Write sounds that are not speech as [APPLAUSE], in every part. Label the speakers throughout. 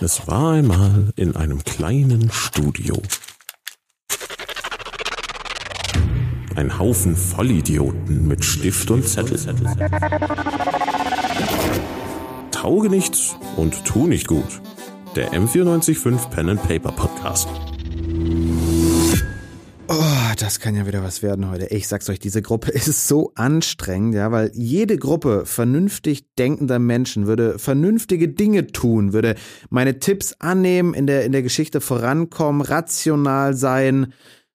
Speaker 1: Es war einmal in einem kleinen Studio. Ein Haufen Vollidioten mit Stift und Zettel. Tauge nichts und tu nicht gut. Der M945 Pen and Paper Podcast.
Speaker 2: Oh, das kann ja wieder was werden heute. Ich sag's euch, diese Gruppe [LAUGHS] ist so anstrengend, ja, weil jede Gruppe vernünftig denkender Menschen würde vernünftige Dinge tun, würde meine Tipps annehmen, in der, in der Geschichte vorankommen, rational sein.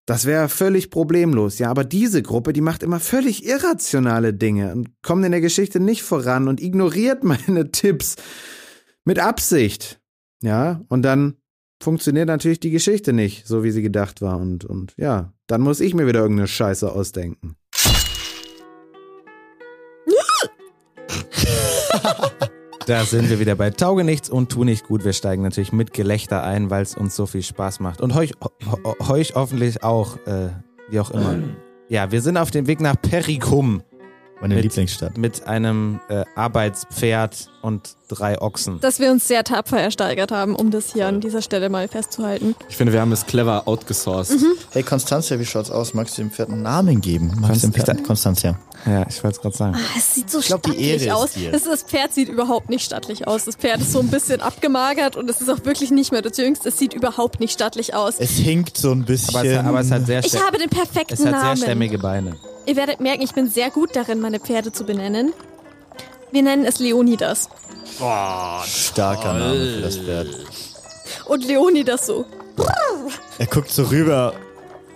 Speaker 2: Das wäre völlig problemlos, ja, aber diese Gruppe, die macht immer völlig irrationale Dinge und kommt in der Geschichte nicht voran und ignoriert [LAUGHS] meine Tipps mit Absicht. Ja, und dann funktioniert natürlich die Geschichte nicht, so wie sie gedacht war. Und, und ja, dann muss ich mir wieder irgendeine Scheiße ausdenken. [LAUGHS] Da sind wir wieder bei Tauge nichts und tu nicht gut. Wir steigen natürlich mit Gelächter ein, weil es uns so viel Spaß macht. Und euch, ho- euch hoffentlich auch, äh, wie auch
Speaker 3: [CLEARS THROAT]
Speaker 2: immer. Ja, wir sind auf dem Weg nach Pericum
Speaker 4: Meine
Speaker 2: Mit-
Speaker 4: Lieblingsstadt.
Speaker 2: mit einem äh, Arbeitspferd und drei Ochsen.
Speaker 5: dass wir uns sehr tapfer ersteigert haben, um das hier an dieser Stelle mal festzuhalten.
Speaker 3: Ich finde, wir haben es clever outgesourced.
Speaker 4: Hey Konstanzia, wie schaut's aus? Magst du dem Pferd einen Namen geben? Magst du dem
Speaker 2: Konst-
Speaker 4: Pferd Konstanzia?
Speaker 2: Ja, ich wollte es gerade sagen.
Speaker 5: Es sieht so
Speaker 4: Ich glaub, die
Speaker 5: stattlich
Speaker 4: Ehre ist
Speaker 5: aus.
Speaker 4: dir.
Speaker 5: Das, das Pferd sieht überhaupt nicht stattlich aus. Das Pferd ist so ein bisschen abgemagert und es ist auch wirklich nicht mehr das Jüngste. Es sieht überhaupt nicht stattlich aus.
Speaker 4: Es hinkt so ein bisschen.
Speaker 2: Aber es, aber es hat sehr,
Speaker 5: Ich
Speaker 2: stä-
Speaker 5: habe den perfekten
Speaker 2: es hat sehr
Speaker 5: Namen.
Speaker 2: stämmige Beine.
Speaker 5: Ihr werdet merken, ich bin sehr gut darin, meine Pferde zu benennen. Wir nennen es Leonidas.
Speaker 4: starker Name für das Pferd.
Speaker 5: Und Leonidas so.
Speaker 4: Er guckt so rüber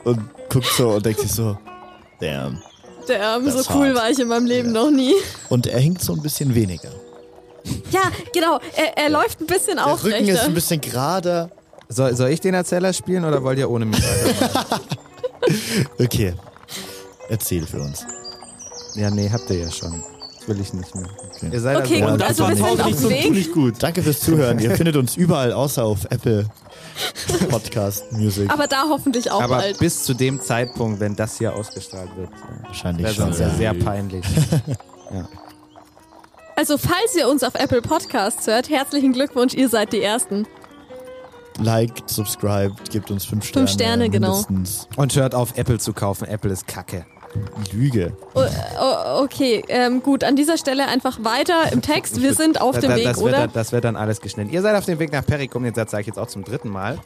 Speaker 4: und guckt so und denkt sich so, damn.
Speaker 5: Der, ähm,
Speaker 4: Das
Speaker 5: so
Speaker 4: ist
Speaker 5: cool
Speaker 4: hart.
Speaker 5: war ich in meinem Leben noch nie.
Speaker 4: Und er hinkt so ein bisschen weniger.
Speaker 5: Ja, genau. Er, er läuft ein bisschen
Speaker 4: Der Rücken ist
Speaker 5: aufrechter.
Speaker 4: ein bisschen gerader.
Speaker 2: Soll, soll ich den Erzähler spielen oder wollt ihr ohne mich weitermachen?
Speaker 4: Okay. Erzähl für uns.
Speaker 2: [LAUGHS] ja, nee, habt ihr ja schon. Das will ich nicht mehr.
Speaker 4: Okay.
Speaker 2: Ihr seid
Speaker 5: Okay,
Speaker 2: also
Speaker 5: gut,
Speaker 4: das
Speaker 5: also
Speaker 4: war
Speaker 5: wir
Speaker 4: nicht
Speaker 5: sind auf
Speaker 4: gut.
Speaker 5: dem Weg.
Speaker 3: gut.
Speaker 4: Danke fürs Zuhören. Ihr findet uns überall außer auf Apple Podcast Music.
Speaker 5: Aber da hoffentlich auch
Speaker 2: aber
Speaker 5: bald.
Speaker 2: bis zu dem Zeitpunkt, wenn das hier ausgestrahlt wird, ja,
Speaker 4: Wahrscheinlich
Speaker 2: wäre
Speaker 4: schon.
Speaker 2: sonst ja
Speaker 4: ja.
Speaker 2: sehr peinlich.
Speaker 5: Also, falls ihr uns auf Apple Podcasts hört, herzlichen Glückwunsch, ihr seid die Ersten.
Speaker 4: Liked, subscribed, gebt uns fünf Sterne.
Speaker 5: Fünf Sterne, genau.
Speaker 4: mindestens.
Speaker 2: [LAUGHS] Und hört auf, Apple zu kaufen. Apple ist kacke.
Speaker 4: Lüge.
Speaker 5: O o- okay, ähm, gut, an dieser Stelle einfach weiter im Text. Wir sind auf
Speaker 2: Da-
Speaker 5: dem
Speaker 2: da-
Speaker 5: Weg,
Speaker 2: das, wird,
Speaker 5: oder?
Speaker 2: dann- das wird dann alles geschnitten. Ihr seid auf dem Weg nach Perikum, den Satz sage ich jetzt auch zum dritten Mal.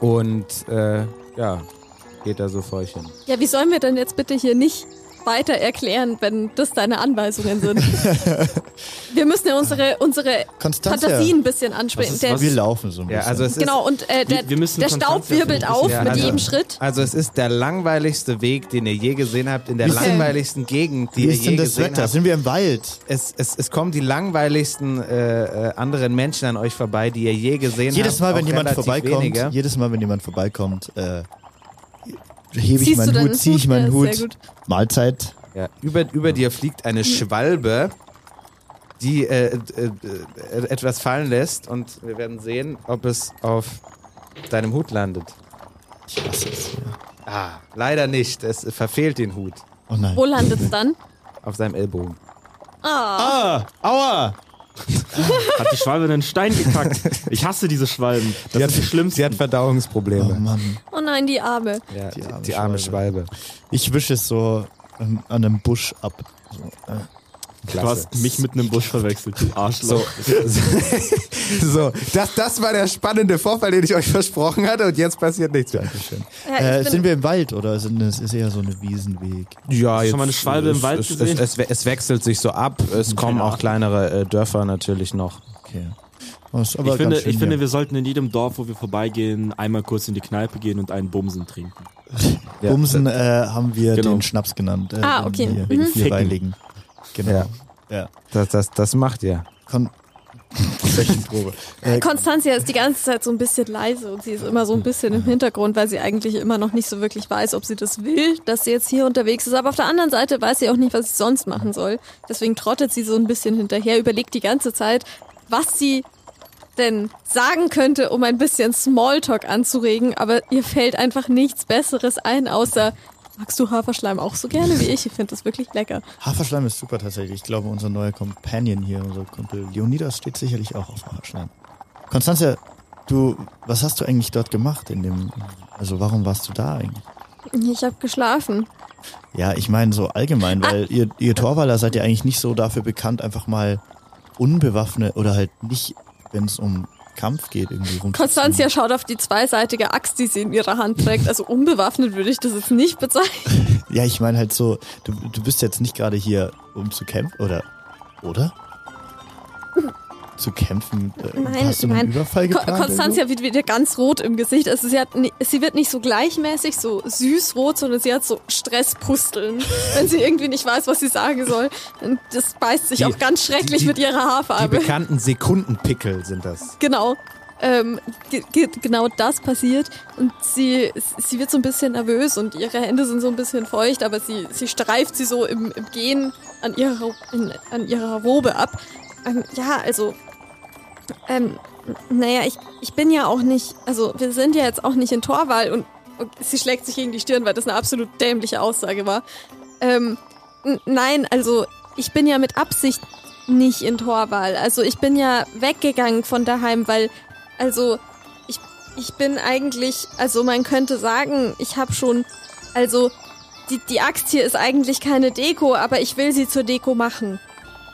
Speaker 2: Und äh, ja, geht da so vor euch hin.
Speaker 5: Ja, wie sollen wir denn jetzt bitte hier nicht weiter erklären, wenn das deine
Speaker 2: [LAUGHS]
Speaker 5: Anweisungen sind? wir müssen ja unsere, unsere
Speaker 4: Konstanze.
Speaker 5: Fantasie ein bisschen ansprechen. Der-
Speaker 4: Wir laufen so ein bisschen.
Speaker 2: Ja, also es ist,
Speaker 5: genau, und äh, der,
Speaker 3: Wir- wir müssen
Speaker 5: der
Speaker 3: Konstanze
Speaker 5: Staub wirbelt
Speaker 3: ein bisschen-
Speaker 5: auf
Speaker 2: Ja,
Speaker 5: mit
Speaker 2: also-
Speaker 5: jedem Schritt.
Speaker 2: Also es ist der langweiligste Weg, den ihr je gesehen habt, in der
Speaker 4: Wie ist denn-
Speaker 2: langweiligsten Gegend, die
Speaker 4: Wie
Speaker 2: ihr
Speaker 4: ist
Speaker 2: je
Speaker 4: denn das
Speaker 2: gesehen
Speaker 4: Wetter?
Speaker 2: habt.
Speaker 4: Sind wir im Wald?
Speaker 2: Es, es, es kommen die langweiligsten äh, äh, anderen Menschen an euch vorbei, die ihr je gesehen habt.
Speaker 4: Jedes Mal,
Speaker 2: auch
Speaker 4: wenn jemand
Speaker 2: relativ
Speaker 4: vorbeikommt,
Speaker 2: wenige.
Speaker 4: jedes Mal, wenn jemand vorbeikommt, äh, hebe ich
Speaker 5: Ziehst du
Speaker 4: meinen
Speaker 5: deinen
Speaker 4: Hut, ziehe ich
Speaker 5: Hut?
Speaker 4: meinen
Speaker 5: Ja,
Speaker 4: Hut.
Speaker 5: sehr gut.
Speaker 4: Mahlzeit.
Speaker 2: Ja, über, über dir fliegt eine Schwalbe, die äh, äh, äh, etwas fallen lässt und wir werden sehen, ob es auf deinem Hut landet.
Speaker 4: Ich hasse es. Ja.
Speaker 2: Ah, leider nicht. Es verfehlt den Hut
Speaker 4: Oh nein.
Speaker 5: Wo landet es dann?
Speaker 2: auf seinem Ellbogen.
Speaker 4: Ah, aua!
Speaker 3: Hat die Schwalbe einen Stein gekackt? Ich hasse diese Schwalben. Das ist die schlimmste.
Speaker 2: Sie hat
Speaker 4: Oh
Speaker 2: Verdauungsprobleme.
Speaker 4: Mann.
Speaker 5: Oh nein, die Arme.
Speaker 2: Ja, die,
Speaker 4: Die
Speaker 2: arme
Speaker 4: arme
Speaker 2: Schwalbe.
Speaker 4: Ich wische es so ähm, an einem Busch ab. So, äh,
Speaker 3: Du hast mich mit einem Busch verwechselt, du Arschloch.
Speaker 2: So, [LAUGHS] so das, das war der spannende Vorfall, den ich euch versprochen hatte und jetzt passiert nichts mehr.
Speaker 5: Ja, ich
Speaker 4: äh,
Speaker 5: bin-
Speaker 4: sind wir im Wald oder sind, es ist eher so ein Wiesenweg?
Speaker 2: Ja,
Speaker 3: Schon mal eine Schwalbe im Wald
Speaker 2: es, es,
Speaker 3: gesehen?
Speaker 2: es, es, es wechselt sich so ab. Es
Speaker 4: Genau.
Speaker 2: kommen auch kleinere äh, Dörfer natürlich noch.
Speaker 4: Okay. Oh, ist aber
Speaker 3: ich finde,
Speaker 4: ganz schön
Speaker 3: ich finde,
Speaker 4: hier.
Speaker 3: wir sollten in jedem Dorf, wo wir vorbeigehen, einmal kurz in die Kneipe gehen und einen Bumsen trinken.
Speaker 2: Ja,
Speaker 4: Bumsen äh, haben wir
Speaker 3: Genau.
Speaker 4: den Schnaps genannt. Äh,
Speaker 5: Ah,
Speaker 4: den
Speaker 5: okay.
Speaker 4: Hier,
Speaker 3: Wegen
Speaker 4: den
Speaker 3: Ficken.
Speaker 4: vierbeiligen. Genau.
Speaker 2: Ja.
Speaker 4: Ja.
Speaker 2: Das, das, das macht ihr.
Speaker 4: Kon Probe. Äh,
Speaker 5: Konstanzia ist die ganze Zeit so ein bisschen leise und sie ist immer so ein bisschen im Hintergrund, weil sie eigentlich immer noch nicht so wirklich weiß, ob sie das will, dass sie jetzt hier unterwegs ist. Aber auf der anderen Seite weiß sie auch nicht, was sie sonst machen soll. Deswegen trottet sie so ein bisschen hinterher, überlegt die ganze Zeit, was sie denn sagen könnte, um ein bisschen Smalltalk anzuregen. Aber ihr fällt einfach nichts Besseres ein, außer, magst du Haferschleim auch so gerne wie ich? Ich finde das wirklich lecker.
Speaker 4: Haferschleim ist super tatsächlich. Ich glaube, unser neuer Companion hier, unser Kumpel Leonidas, steht sicherlich auch auf Haferschleim. Konstanze, du, was hast du eigentlich dort gemacht in dem, also warum warst du da eigentlich?
Speaker 5: Ich habe geschlafen.
Speaker 4: Ja, ich meine so allgemein, weil ihr, ihr Torwaller seid ja eigentlich nicht so dafür bekannt, einfach mal unbewaffnet oder halt nicht, wenn es um Kampf geht, irgendwie rum.
Speaker 5: Konstantia schaut auf die zweiseitige Axt, die sie in ihrer Hand trägt. Also unbewaffnet würde ich das jetzt nicht bezeichnen.
Speaker 4: Ja, ich meine halt so, du, du bist jetzt nicht gerade hier, um zu kämpfen, oder?
Speaker 5: [LAUGHS]
Speaker 4: Oder? Zu kämpfen? äh,
Speaker 5: Nein,
Speaker 4: hast du
Speaker 5: nein.
Speaker 4: einen Überfall
Speaker 5: Ko-
Speaker 4: geplant?
Speaker 6: also?
Speaker 4: irgendwo?
Speaker 5: Konstantia wird wieder ganz rot im Gesicht. Also sie, hat, ni- sie wird nicht so gleichmäßig, so süßrot, sondern sie hat so Stresspusteln, wenn sie irgendwie nicht weiß, was sie sagen soll. Und das beißt sich
Speaker 6: Die-
Speaker 5: auch ganz schrecklich
Speaker 6: die-
Speaker 5: mit ihrer
Speaker 6: Die
Speaker 5: Haarfarbe.
Speaker 6: bekannten Sekundenpickel sind das.
Speaker 5: Genau. Ähm, ge ge genau das passiert und sie, sie wird so ein bisschen nervös und ihre Hände sind so ein bisschen feucht, aber sie, sie streift sie so im, im Gehen an ihrer, in, an ihrer Robe ab. Ähm, ja, also, ähm, naja, ich, ich bin ja auch nicht, also wir sind ja jetzt auch nicht in Torwall und, und sie schlägt sich gegen die Stirn, weil das eine absolut dämliche Aussage war. Ähm, n- nein, also ich bin ja mit Absicht nicht in Torwal. Also ich bin ja weggegangen von daheim, weil, also ich, ich bin eigentlich, also man könnte sagen, ich habe schon, also die, die Axt hier ist eigentlich keine Deko, aber ich will sie zur Deko machen.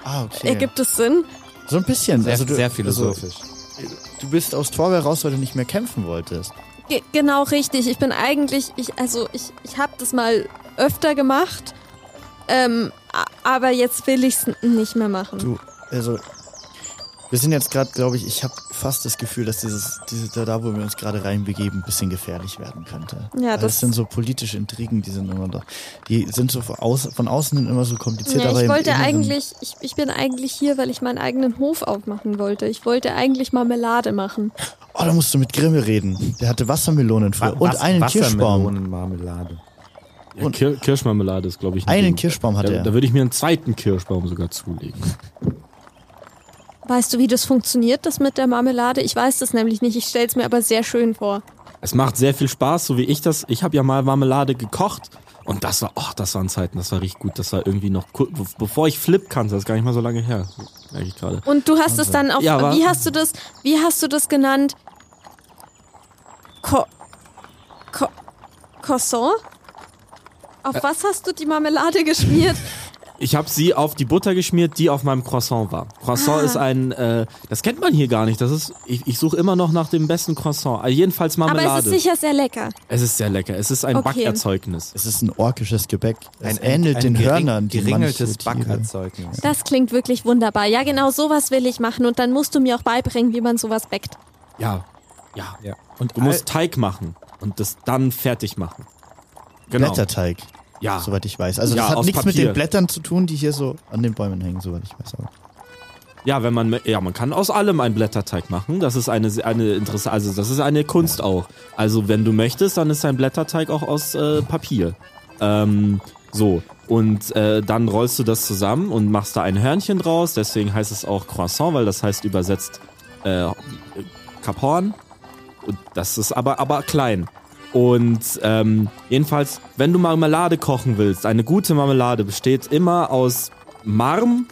Speaker 4: Ah, okay.
Speaker 5: Ergibt es Sinn?
Speaker 4: so ein bisschen.
Speaker 6: Sehr,
Speaker 4: also du,
Speaker 6: sehr philosophisch.
Speaker 4: Also, du bist aus Torwehr raus, weil du nicht mehr kämpfen wolltest.
Speaker 5: Ge genau richtig. Ich bin eigentlich, ich, also ich, ich habe das mal öfter gemacht, ähm, a- aber jetzt will ich es nicht mehr machen.
Speaker 4: Du, also, wir sind jetzt gerade, glaube ich, ich habe fast das Gefühl, dass dieses, diese, da- da, wo wir uns gerade reinbegeben, ein bisschen gefährlich werden könnte.
Speaker 5: Ja,
Speaker 4: Weil
Speaker 5: das-
Speaker 4: das sind so politische Intrigen, die sind immer da. Die sind so von, aus, von außen immer so kompliziert,
Speaker 5: Nee,
Speaker 4: aber
Speaker 5: ich
Speaker 4: im
Speaker 5: wollte
Speaker 4: Inneren-
Speaker 5: eigentlich, ich, ich bin eigentlich hier, weil ich meinen eigenen Hof aufmachen wollte. Ich wollte eigentlich Marmelade machen.
Speaker 4: Oh, da musst du mit Grimme reden. Der hatte Wassermelonen früher. und
Speaker 6: Was-
Speaker 4: einen Kirschbaum.
Speaker 6: Wassermelonenmarmelade.
Speaker 3: Ja, Kir Kirschmarmelade ist, glaube ich. ein
Speaker 4: Einen
Speaker 3: Ding.
Speaker 4: Kirschbaum hat
Speaker 3: da,
Speaker 4: er.
Speaker 3: Da würde ich mir einen zweiten Kirschbaum sogar zulegen.
Speaker 5: Weißt du, wie das funktioniert, das mit der Marmelade? Ich weiß das nämlich nicht. Ich stell's mir aber sehr schön vor.
Speaker 3: Es macht sehr viel Spaß, so wie ich das. Ich habe ja mal Marmelade gekocht und das war, ach, das waren Zeiten, das war richtig gut. Das war irgendwie noch, kur- be- bevor ich Flip kannte, das ist gar nicht mal so lange her, merke ich gerade.
Speaker 5: Und du hast es dann auf,
Speaker 3: Also, Ja, aber-
Speaker 5: wie hast du das, wie hast du das genannt? Co Co Croissant? Auf was hast du die Marmelade
Speaker 3: [LAUGHS]
Speaker 5: geschmiert?
Speaker 3: Ich habe sie auf die Butter geschmiert, die auf meinem Croissant war. Croissant
Speaker 5: Ah.
Speaker 3: ist ein, äh, das kennt man hier gar nicht. Das ist, ich, ich suche immer noch nach dem besten Croissant. Also jedenfalls Marmelade.
Speaker 5: Aber es ist sicher sehr lecker.
Speaker 3: Es ist sehr lecker. Es ist ein
Speaker 5: Okay.
Speaker 3: Backerzeugnis.
Speaker 4: Es ist ein orkisches Gebäck. Es ähnelt den Hörnern. die äh,
Speaker 6: Geringeltes
Speaker 4: manche Tiere-
Speaker 6: Backerzeugnis.
Speaker 5: Das klingt wirklich wunderbar. Ja, genau sowas will ich machen. Und dann musst du mir auch beibringen, wie man sowas backt.
Speaker 3: Ja, ja.
Speaker 6: Ja. Und
Speaker 3: Du musst Teig machen und das dann fertig machen. Genau.
Speaker 4: Blätterteig,
Speaker 3: Ja.
Speaker 4: soweit ich weiß. Also
Speaker 3: Ja,
Speaker 4: das hat
Speaker 3: aus
Speaker 4: nichts mit den
Speaker 3: Papier.
Speaker 4: Blättern zu tun, die hier so an den Bäumen hängen, soweit ich weiß. Aber
Speaker 3: Ja, wenn man ja, man kann aus allem einen Blätterteig machen. Das ist eine eine Interesse, also das ist eine Kunst auch. Also wenn du möchtest, dann ist ein Blätterteig auch aus äh, Papier. Ähm, so und äh, dann rollst du das zusammen und machst da ein Hörnchen draus. Deswegen heißt es auch Croissant, weil das heißt übersetzt äh, Kaphorn. Und das ist aber aber klein. Und ähm, jedenfalls, wenn du Marmelade kochen willst, eine gute Marmelade besteht immer aus Marm,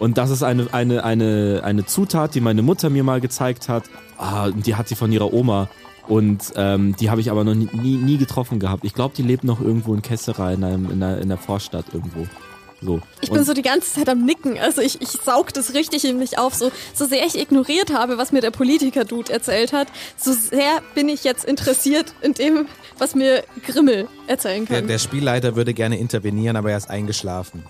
Speaker 3: und das ist eine, eine, eine, eine Zutat, die meine Mutter mir mal gezeigt hat. Ah, und die hat sie von ihrer Oma. Und ähm, die habe ich aber noch nie, nie, nie getroffen gehabt. Ich glaube, die lebt noch irgendwo in Kesserei, in, einem, in, der, in der Vorstadt irgendwo. So.
Speaker 5: Ich
Speaker 3: und
Speaker 5: bin so die ganze Zeit am Nicken. Also ich, ich saug das richtig in mich auf. So, so sehr ich ignoriert habe, was mir der Politiker-Dude erzählt hat, so sehr bin ich jetzt interessiert in dem, was mir Grimmel erzählen
Speaker 6: Der,
Speaker 5: kann.
Speaker 6: der Spielleiter würde gerne intervenieren, aber er ist eingeschlafen.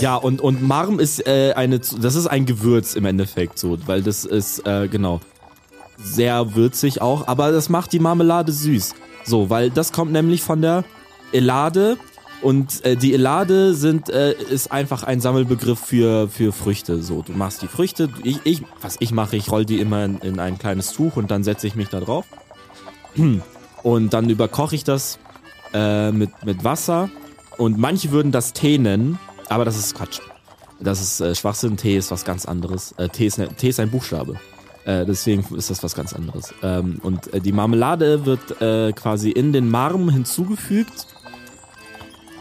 Speaker 3: Ja, und, und Marm ist äh, eine, Zu- das ist ein Gewürz im Endeffekt so, weil das ist, äh, genau, sehr würzig auch, aber das macht die Marmelade süß. So, weil das kommt nämlich von der Elade und äh, die Elade sind, äh, ist einfach ein Sammelbegriff für, für Früchte. So, du machst die Früchte, ich, ich, was ich mache, ich roll die immer in, in ein kleines Tuch und dann setze ich mich da drauf. [CLEARS THROAT] Und dann überkoche ich das äh, mit, mit Wasser. Und manche würden das Tee nennen, aber das ist Quatsch. Das ist äh, Schwachsinn. Tee ist was ganz anderes. Äh, Tee, ist ne, Tee ist ein Buchstabe. Äh, deswegen ist das was ganz anderes. Ähm, und äh, die Marmelade wird äh, quasi in den Marm hinzugefügt.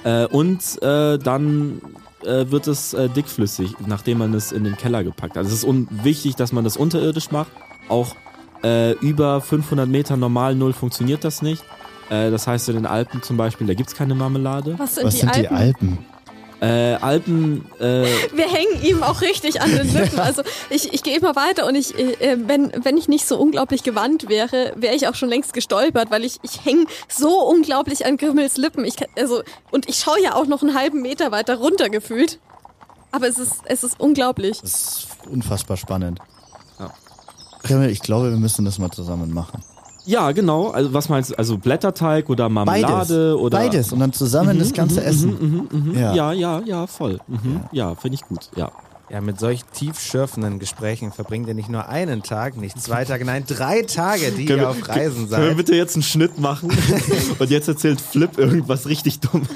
Speaker 3: Äh, und äh, dann äh, wird es äh, dickflüssig, nachdem man es in den Keller gepackt hat. Also es ist un- wichtig, dass man das unterirdisch macht. Auch äh, über 500 Meter normal Null funktioniert das nicht. Äh, das heißt, in den Alpen zum Beispiel, da gibt's keine Marmelade.
Speaker 5: Was sind,
Speaker 4: Was
Speaker 5: die,
Speaker 4: sind
Speaker 5: Alpen?
Speaker 4: die Alpen?
Speaker 3: Äh, Alpen, äh,
Speaker 5: Wir hängen ihm auch richtig an den Lippen. Also ich, ich gehe immer weiter und ich, äh, wenn, wenn ich nicht so unglaublich gewandt wäre, wäre ich auch schon längst gestolpert, weil ich, ich hänge so unglaublich an Grimmels Lippen. Ich kann, also, und ich schaue ja auch noch einen halben Meter weiter runter gefühlt. Aber es ist, es ist unglaublich.
Speaker 4: Das ist unfassbar spannend.
Speaker 3: Ja.
Speaker 4: Kreml, ich glaube, wir müssen das mal zusammen machen.
Speaker 3: ja genau. Also was meinst du? Also Blätterteig oder Marmelade oder Mhm,
Speaker 4: Beides. Und dann zusammen das ganze Essen.
Speaker 3: Ja,
Speaker 4: Ja.
Speaker 3: mhm, ja, ja, voll. Mhm. Ja, finde ich gut. Ja.
Speaker 2: Ja, mit solch tiefschürfenden Gesprächen verbringt ihr nicht nur einen Tag, nicht zwei Tage, nein, drei Tage, die ihr auf Reisen
Speaker 3: Können wir
Speaker 2: seid.
Speaker 3: bitte jetzt einen
Speaker 4: [LAUGHS]
Speaker 3: Schnitt machen? Und jetzt erzählt Flip irgendwas richtig Dummes.